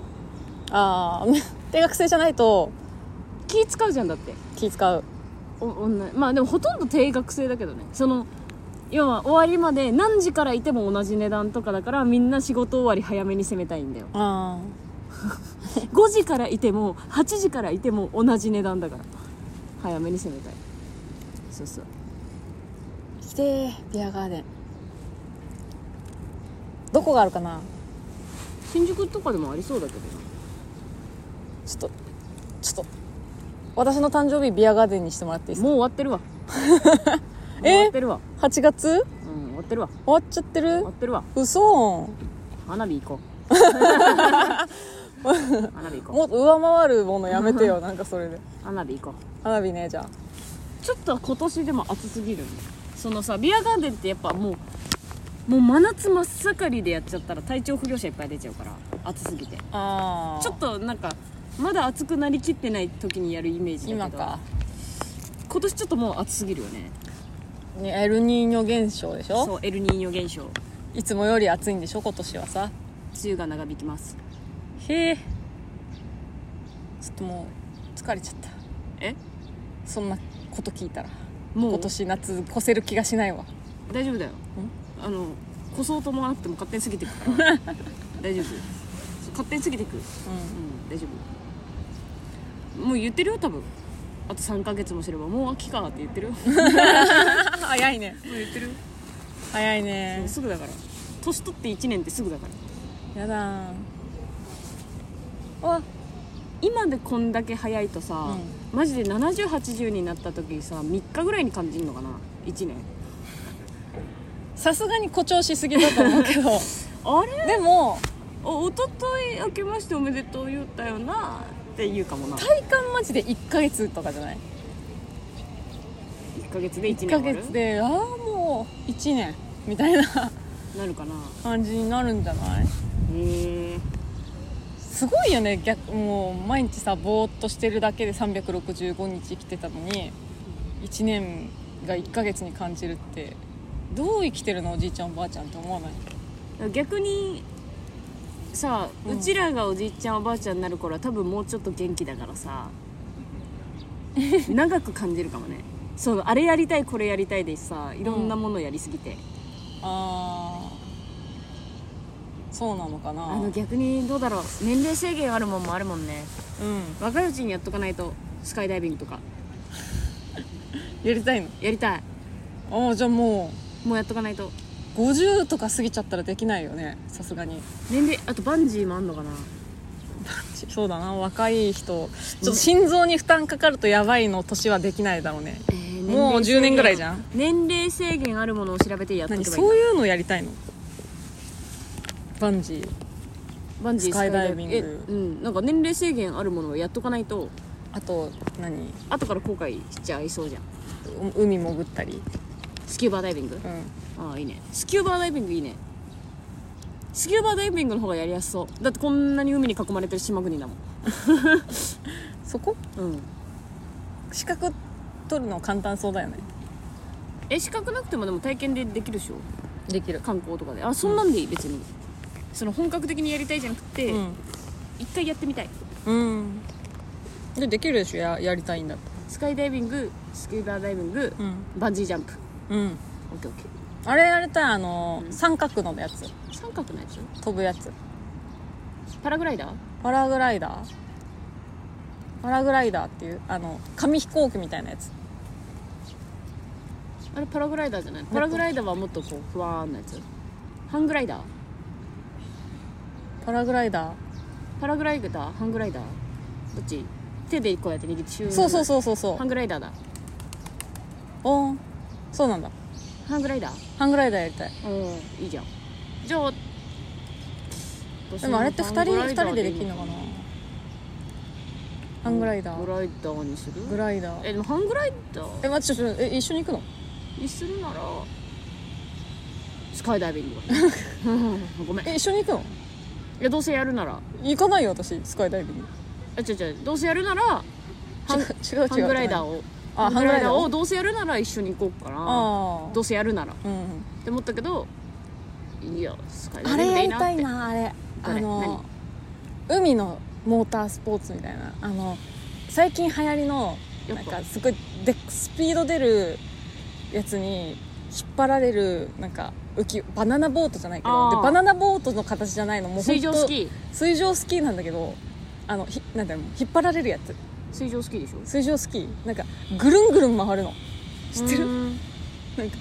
Speaker 2: ああ 定額制じゃないと
Speaker 1: 気使うじゃんだって
Speaker 2: 気使う
Speaker 1: お女まあでもほとんど定額制だけどねその要は終わりまで何時からいても同じ値段とかだからみんな仕事終わり早めに攻めたいんだよ
Speaker 2: あ
Speaker 1: 5時からいても8時からいても同じ値段だから早めに攻めたいそうそう
Speaker 2: あ来てービアガーデンどこがあるかな
Speaker 1: 新宿とかでもありそうだけど
Speaker 2: ちょっとちょっと私の誕生日ビアガーデンにしてもらっていい
Speaker 1: な
Speaker 2: ですか
Speaker 1: もう終わって るわもう
Speaker 2: え
Speaker 1: 終わってるわ
Speaker 2: 8月
Speaker 1: うん終わってるわ終
Speaker 2: 終わっちゃってる
Speaker 1: わってるわ
Speaker 2: 嘘
Speaker 1: 花火行 こう花火行こ
Speaker 2: もっと上回るものやめてよなんかそれで
Speaker 1: う花火行こ
Speaker 2: 花火ねじゃあ
Speaker 1: うちょっと今年でも暑すぎるんだよそのさビアガーデンってやっぱもうもう真夏真っ盛りでやっちゃったら体調不良者いっぱい出ちゃうから暑すぎて
Speaker 2: あ
Speaker 1: ちょっとなんかまだ暑くなりきってない時にやるイメージだけど
Speaker 2: 今か
Speaker 1: 今年ちょっともう暑すぎるよね
Speaker 2: ねエルニーニョ現象でしょ
Speaker 1: そうエルニーニョ現象梅
Speaker 2: いつもより暑いんでしょ今年はさ
Speaker 1: 雨が長引きます
Speaker 2: へえちょっともう疲れちゃった
Speaker 1: え
Speaker 2: そんなこと聞いたら
Speaker 1: も
Speaker 2: 今
Speaker 1: う
Speaker 2: 年夏越せる気がしないわ
Speaker 1: 大丈夫だよあの越そうと思わなくても勝手に過ぎてくから 大丈夫そう勝手に過ぎてくうん
Speaker 2: う
Speaker 1: 大丈夫もう言ってるよ多分あと3ヶ月もすればもう秋かって言 ってるよもうん
Speaker 2: 早いね
Speaker 1: 言ってるよ
Speaker 2: 早いね
Speaker 1: すぐだから年取って1年ってすぐだから
Speaker 2: やだあ
Speaker 1: 今でこんだけ早いとさ、マジで7080になった時さ3日ぐらいに感じるのかな1年
Speaker 2: さすがに誇張しすぎだと思うけ ど
Speaker 1: あれ
Speaker 2: でも
Speaker 1: おおととい明けましておめでとう言ったよなって言うかもな
Speaker 2: 体感マジで1ヶ月とかじゃない
Speaker 1: 1ヶ月で1年終
Speaker 2: 1ヶ
Speaker 1: わる
Speaker 2: 月でああもう1年みたいな
Speaker 1: なるかな
Speaker 2: 感じになるんじゃない
Speaker 1: へえ
Speaker 2: すごいよね逆もう毎日さぼーっとしてるだけで365日生きてたのに1年が1ヶ月に感じるってどう生きてるのおじいちゃんおばあちゃんって思わない
Speaker 1: 逆にさあ、う
Speaker 2: うん
Speaker 1: ちらがおじいちゃんおばあちゃんになる頃は多分もうちょっと元気だから さ長く感じるかもねそうあれやりたいこれやりたいでさいろんなものやりすぎて、
Speaker 2: あーそうなのかな
Speaker 1: あの逆にどうだろう年齢制限あるもんもあるもんね
Speaker 2: うん
Speaker 1: 若いうちにやっとかないとスカイダイビングとか
Speaker 2: やりたいの
Speaker 1: やりたい
Speaker 2: ああじゃあも
Speaker 1: もうやっとかないと
Speaker 2: う50とか過ぎちゃったらできないよねさすがに
Speaker 1: 年齢あとバンジーもあんのかな
Speaker 2: そうだな若い人ちょっと心臓に負担かかるとやばいの年はできないだろうね
Speaker 1: えー
Speaker 2: もう10年ぐらいじゃん
Speaker 1: 年齢制限あるものを調べてやっとけばい
Speaker 2: 何
Speaker 1: い
Speaker 2: そういうのやりたいのバンジー
Speaker 1: バンジー
Speaker 2: スカイダイビング
Speaker 1: スカイダイビングえうんなんか年齢制限あるものをやっとかないと
Speaker 2: あと何
Speaker 1: 後から後悔しちゃいそうじゃん
Speaker 2: う海潜ったり
Speaker 1: スキューバーダイビング
Speaker 2: うん
Speaker 1: ああいいねスキューバーダイビングいいねスキューバーダイビングの方がやりやすそうだってこんなに海に囲まれてる島国だもん
Speaker 2: そこ
Speaker 1: うん
Speaker 2: 資格取るの簡単そうだよね
Speaker 1: え資格なくてもでも体験でできるでしょ
Speaker 2: できる
Speaker 1: 観光とかであそんなんでいい別にその本格的にやりたいじゃなくて
Speaker 2: うん、
Speaker 1: 一回やってみたい
Speaker 2: うん、でできるでしょややりたいんだっ
Speaker 1: スカイダイビングスキューバーダイビング
Speaker 2: たうん
Speaker 1: バンジージャンプ
Speaker 2: うん
Speaker 1: オッケーオッケ
Speaker 2: あれやりたいあの、
Speaker 1: うん
Speaker 2: 三角のやつ
Speaker 1: ー三角のやつ
Speaker 2: 飛ぶやつ
Speaker 1: パラグライダー
Speaker 2: パラグライダーパラグライダーっていうあの紙飛行機みたいなやつ
Speaker 1: あれパラグライダーじゃないパラグライダーはもっとこうふわーんなやつハングライダー
Speaker 2: パラグライダー、
Speaker 1: パラグライダーハングライダーどっち手でこうやって握ってシュー
Speaker 2: そうそう
Speaker 1: う
Speaker 2: そうそうそ
Speaker 1: ハ
Speaker 2: う
Speaker 1: ングライダーだ
Speaker 2: おんそうなんだ
Speaker 1: ハングライダー
Speaker 2: ハングライダーやりたい
Speaker 1: うんいいじゃんじゃあ
Speaker 2: でもあれって2人二人でできるのかなハングライダ
Speaker 1: ハン
Speaker 2: ー
Speaker 1: グライダーにす
Speaker 2: グ
Speaker 1: る
Speaker 2: ライダー
Speaker 1: えでもハングライダー
Speaker 2: え待ってちょっとえ一緒に行くの
Speaker 1: にするならスカイダイビング ごめんい
Speaker 2: え一緒に行くの
Speaker 1: やどうせやるなら
Speaker 2: 行かないよ私スカイダイビング
Speaker 1: あ違う違うどうせやるならハン
Speaker 2: 違う違う
Speaker 1: ハングライダーを
Speaker 2: あ
Speaker 1: ハングライダー
Speaker 2: ハ
Speaker 1: を
Speaker 2: ング
Speaker 1: どうせやるなら一緒に行こうかな
Speaker 2: あ
Speaker 1: どうせやるならっ
Speaker 2: あうん
Speaker 1: て思ったけどいやスカイダ
Speaker 2: あ
Speaker 1: イビング
Speaker 2: れや
Speaker 1: でいい
Speaker 2: り
Speaker 1: な
Speaker 2: た
Speaker 1: っ
Speaker 2: い
Speaker 1: て
Speaker 2: なあれ
Speaker 1: どれ
Speaker 2: あの海のモータースポーツみたいなあの最近流行りの
Speaker 1: や
Speaker 2: な
Speaker 1: っ
Speaker 2: ん
Speaker 1: ぱ
Speaker 2: かすごいでスピード出るやつに引っ張られるなんか浮きバナナボートじゃないけど
Speaker 1: あー
Speaker 2: でバナナボートの形じゃないのもうほんと
Speaker 1: 水上スキー
Speaker 2: 水上スキーなんだけどあのひなんだろう引っ張られるやつ
Speaker 1: 水上スキーでしょ
Speaker 2: 水上スキーなんかぐるんぐるん回るの知って
Speaker 1: う
Speaker 2: る
Speaker 1: ん
Speaker 2: なんか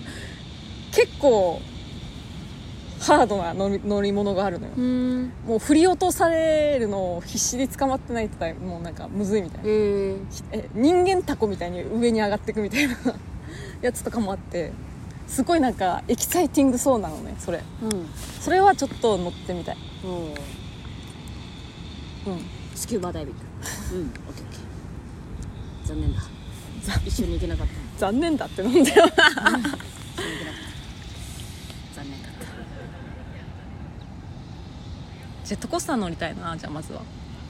Speaker 2: 結構ハードな乗り乗り物があるのよ
Speaker 1: うん
Speaker 2: もう振り落とされるのを必死で捕まってないとだいもうなんかむずいみたいな
Speaker 1: えー
Speaker 2: え人間タコみたいに上に上がってくみたいなやつとかもあってすごいなんかエキサイティングそうなのねそれ
Speaker 1: うん
Speaker 2: それはちょっと乗ってみたい
Speaker 1: おー
Speaker 2: うん
Speaker 1: スキューバーダイビングうんオッケーオッケー残念だ一緒に行けなかった
Speaker 2: 残念だってなんだよ
Speaker 1: 残念だった
Speaker 2: ジェットコースター乗りたいなじゃあまずは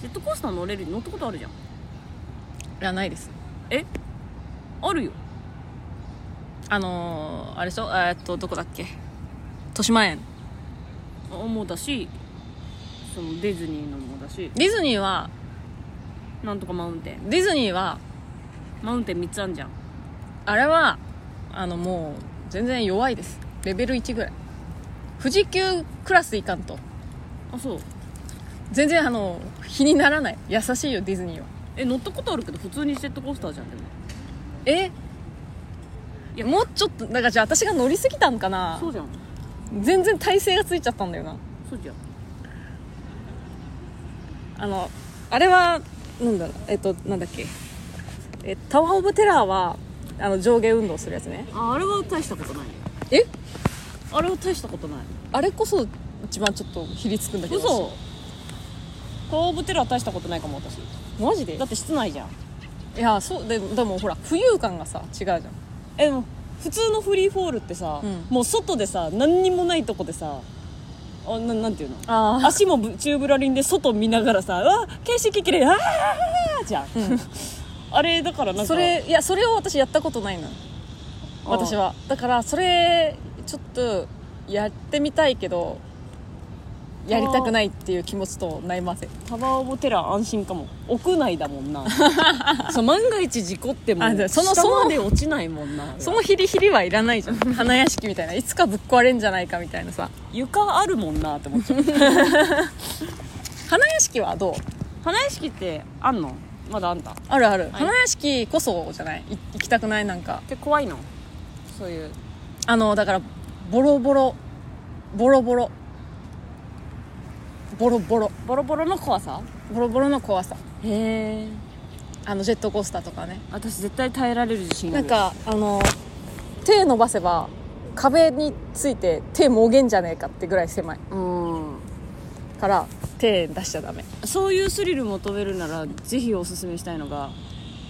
Speaker 1: ジェットコースター乗れる乗ったことあるじゃん
Speaker 2: いやないです
Speaker 1: えあるよ
Speaker 2: あのー、あれでしょえーっとどこだっけ豊島園
Speaker 1: あもうだしそのディズニーのもだし
Speaker 2: ディズニーは
Speaker 1: なんとかマウンテン
Speaker 2: ディズニーは
Speaker 1: マウンテン3つあんじゃん
Speaker 2: あれはあのもう全然弱いですレベル1ぐらい富士急クラスいかんと
Speaker 1: あそう
Speaker 2: 全然あの日にならない優しいよディズニーは
Speaker 1: え乗ったことあるけど普通にジェットコースターじゃんでも
Speaker 2: えいやもうちょっとだからじゃあ私が乗りすぎたんかな
Speaker 1: そうじゃん
Speaker 2: 全然体勢がついちゃったんだよな
Speaker 1: そうじゃん
Speaker 2: あのあれはなんだろうえっとなんだっけえタワー・オブ・テラーはあの上下運動するやつね
Speaker 1: ああれは大したことないよ
Speaker 2: え
Speaker 1: あれは大したことない
Speaker 2: あれこそ一番ちょっとひりつくんだけど
Speaker 1: 嘘タワーオブテラー大したことないかも私
Speaker 2: マジで
Speaker 1: だって室内じゃん
Speaker 2: いやそうででもほら浮遊感がさ違うじゃん
Speaker 1: えでも普通のフリーフォールってさ、
Speaker 2: うん
Speaker 1: もう外でさ何にもないとこでさあななんていうの
Speaker 2: あ
Speaker 1: 足もぶチューブラリンで外見ながらさ「うわ景色綺麗あーじゃん、
Speaker 2: ん
Speaker 1: あれだからなんか
Speaker 2: それいやそれを私やったことないの
Speaker 1: あ
Speaker 2: 私はだからそれちょっとやってみたいけどやりたくないっていう気持ちとなりません
Speaker 1: タワーオブテラー安心かも屋内だも んなそう万が一事故っても
Speaker 2: あでその
Speaker 1: 下
Speaker 2: そ
Speaker 1: ま
Speaker 2: の
Speaker 1: で落ちないもんな
Speaker 2: そのヒリヒリはいらないじゃん花屋敷みたいないつかぶっ壊れんじゃないかみたいなさ
Speaker 1: 床あるもんなって思っちゃう
Speaker 2: 花屋敷はどう
Speaker 1: 花屋敷ってあんのまだあんたっ
Speaker 2: あるある、花屋敷こそじゃないい行きたくないなんか
Speaker 1: て怖いのそういう
Speaker 2: あのだからボロボロボロボロボロボロ
Speaker 1: ボロボロの怖さ
Speaker 2: ボロボロの怖さ
Speaker 1: へえ
Speaker 2: あのジェットコースターとかね
Speaker 1: 私絶対耐えられる自信あ
Speaker 2: なん
Speaker 1: る
Speaker 2: かあの手伸ばせば壁について手もげんじゃねえかってぐらい狭い
Speaker 1: うん
Speaker 2: から手出しちゃダメ
Speaker 1: そういうスリル求めるならぜひおすすめしたいのが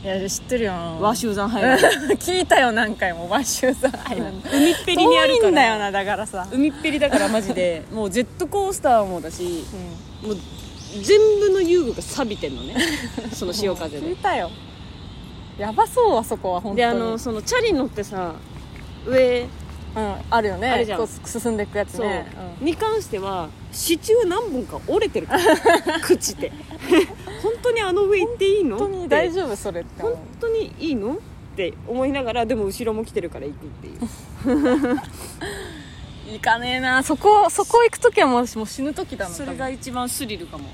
Speaker 2: いや知ってるよ
Speaker 1: 和
Speaker 2: シ
Speaker 1: 集山ハイランド
Speaker 2: 聞いたよ何回もワシューさん
Speaker 1: 海っぺりにある
Speaker 2: 遠い
Speaker 1: か
Speaker 2: んだよ
Speaker 1: ら
Speaker 2: なだからさ、
Speaker 1: 海っぺりだからマジでもうジェットコースターもだしもう全部の遊具が錆びてんのね その潮風
Speaker 2: 聞い
Speaker 1: で
Speaker 2: たよやばそうあそこは本当に
Speaker 1: であのそのチャリ乗ってさ上
Speaker 2: うん、あるよね
Speaker 1: あるじゃん
Speaker 2: こう進んでいくやつ
Speaker 1: そう、
Speaker 2: ね
Speaker 1: に関しては支柱何本か折れてるから 朽ちて 本当にあの上行っていいの
Speaker 2: 本当に大丈夫それって思う
Speaker 1: 本当にいいのって思いながらでも後ろも来てるから行くっていう
Speaker 2: 行かねえなそこそこ行く時はもうもう死ぬ時だもん
Speaker 1: それが一番スリルかも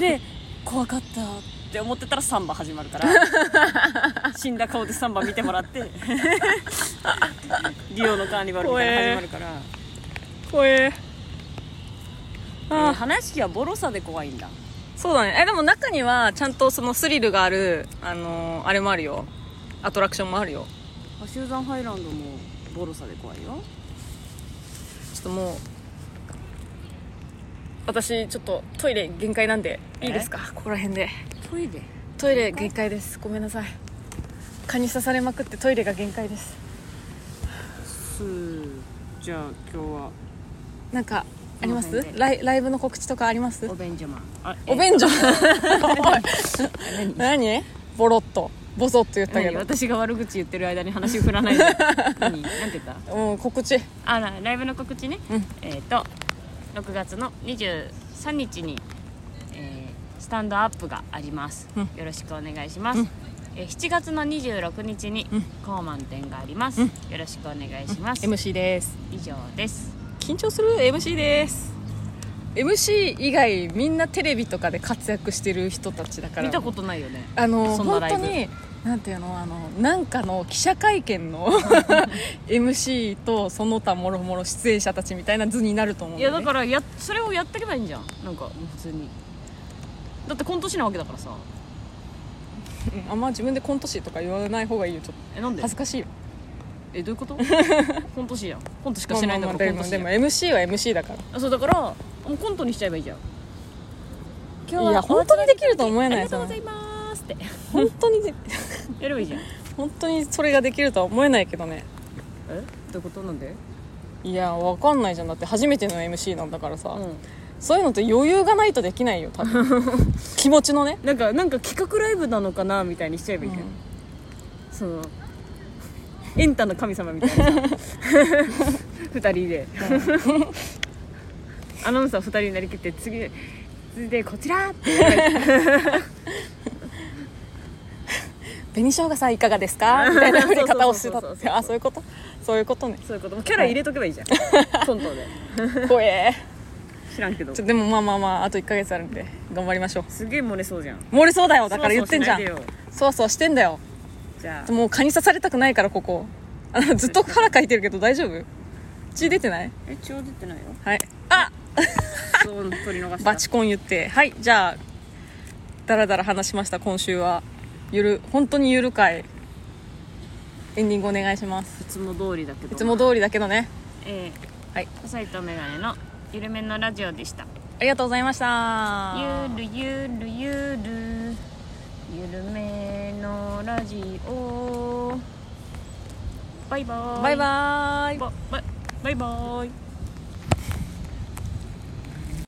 Speaker 1: で怖かったって思ってたらサンバ始まるから死んだ顔でサンバ見てもらってリオのカーニバルみたいなの始まるから、
Speaker 2: 怖え
Speaker 1: あ
Speaker 2: あ
Speaker 1: ー話しきはボロさで怖いんだ
Speaker 2: そうだねえでも中にはちゃんとそのスリルがあるあのーあれもあるよアトラクションもあるよ
Speaker 1: アシューザンハイランドもボロさで怖いよ
Speaker 2: ちょっともう私ちょっとトイレ限界なんで
Speaker 1: え
Speaker 2: いいですかここら辺で
Speaker 1: トイレ
Speaker 2: トイレ限界ですごめんなさい蚊に刺されまくってトイレが限界です
Speaker 1: すじゃあ今日は
Speaker 2: なんかありま
Speaker 1: この
Speaker 2: す
Speaker 1: 辺で
Speaker 2: ライライブの告知とかあります
Speaker 1: お便所マンあえ
Speaker 2: お便所 何ボロッとボソッと言ったけ
Speaker 1: 何
Speaker 2: ど
Speaker 1: 私が悪口言ってる間に話を振らないで何なんて言った
Speaker 2: うん告知
Speaker 1: あらライブの告知ね、
Speaker 2: うん
Speaker 1: えっ、と6月の23日に、えースタンドアップがあります、
Speaker 2: うん
Speaker 1: よろしくお願いします、
Speaker 2: うん
Speaker 1: えー7月の26日に、
Speaker 2: うん
Speaker 1: コーマン展があります、
Speaker 2: うん
Speaker 1: よろしくお願いします、
Speaker 2: MC です
Speaker 1: 以上です
Speaker 2: 緊張する MC です MC 以外みんなテレビとかで活躍してる人たちだから
Speaker 1: 見たことないよね
Speaker 2: あの
Speaker 1: そんな
Speaker 2: 本
Speaker 1: ライ
Speaker 2: 当
Speaker 1: ブ
Speaker 2: になんていうのあのなんかの記者会 見の MC とその他もろもろ出演者たちみたいな図になると思うん
Speaker 1: い
Speaker 2: よ
Speaker 1: や
Speaker 2: ね
Speaker 1: だからやそれをやってけばいいんじゃんなんかもう普通にだって今年なわけだからさ
Speaker 2: うんあんま自分でコント師とか言わない方がいいよちょっと
Speaker 1: えなんで
Speaker 2: 恥ずかしいよ
Speaker 1: えどういう ことコント師やんコントしかして
Speaker 2: ま
Speaker 1: な
Speaker 2: あ
Speaker 1: いんだか
Speaker 2: まあまあ
Speaker 1: ら
Speaker 2: で
Speaker 1: コント
Speaker 2: も
Speaker 1: 師
Speaker 2: で
Speaker 1: や
Speaker 2: も
Speaker 1: ん
Speaker 2: MC は MC だから
Speaker 1: あそうだからもうコントにしちゃえばいいじゃん今
Speaker 2: いや本当にできると思え
Speaker 1: あり
Speaker 2: な
Speaker 1: が
Speaker 2: い
Speaker 1: とう
Speaker 2: そ
Speaker 1: ござ
Speaker 2: の
Speaker 1: いますって
Speaker 2: 本当にで
Speaker 1: やればいいじゃん
Speaker 2: 本当にそれができるとは思えないけどね
Speaker 1: えどういうことなんで
Speaker 2: いやわかんないじゃんだって初めての MC なんだからさ、
Speaker 1: う
Speaker 2: そういうのって余裕がないとできないよ 多分気持ちのね
Speaker 1: んなんかなんか企画ライブなのかなみたいにしちゃえばいいじゃん、
Speaker 2: うん
Speaker 1: そのエンタの神様みたいな2人でアナウンサー2人になりきって次次でこちらって
Speaker 2: 紅生姜さんいかがで すかみたいな振り方をしてた
Speaker 1: そうそうそう
Speaker 2: っ
Speaker 1: そ
Speaker 2: て
Speaker 1: う
Speaker 2: あそういうことそういうことね
Speaker 1: そういうこともうキャラ入れとけばいいじゃんトントンで
Speaker 2: 怖え
Speaker 1: 知らんけど
Speaker 2: ちょでもまあまあまああと1ヶ月あるんで頑張りましょ
Speaker 1: すげえ漏れそうじゃん
Speaker 2: う漏れそうだよだから言ってんじゃん
Speaker 1: そうそうしないでよ
Speaker 2: そうそうしてんだよ
Speaker 1: じゃあ
Speaker 2: もう蚊に刺されたくないからここあのずっと腹かいてるけど大丈夫血出てない
Speaker 1: え血は出てないよ
Speaker 2: はいあ
Speaker 1: そう取り逃した
Speaker 2: バチコン言ってはいじゃあだらだら話しました今週はゆる本当にゆるかいエンディングお願いします
Speaker 1: いつも通りだけど
Speaker 2: いつも通りだけどね
Speaker 1: え
Speaker 2: はい
Speaker 1: ー、細いとメガネのゆるめのラジオでした
Speaker 2: ありがとうございました
Speaker 1: ゆるゆるゆるゆるめのラジオバイバーイ
Speaker 2: バイバーイ
Speaker 1: バババイバーイ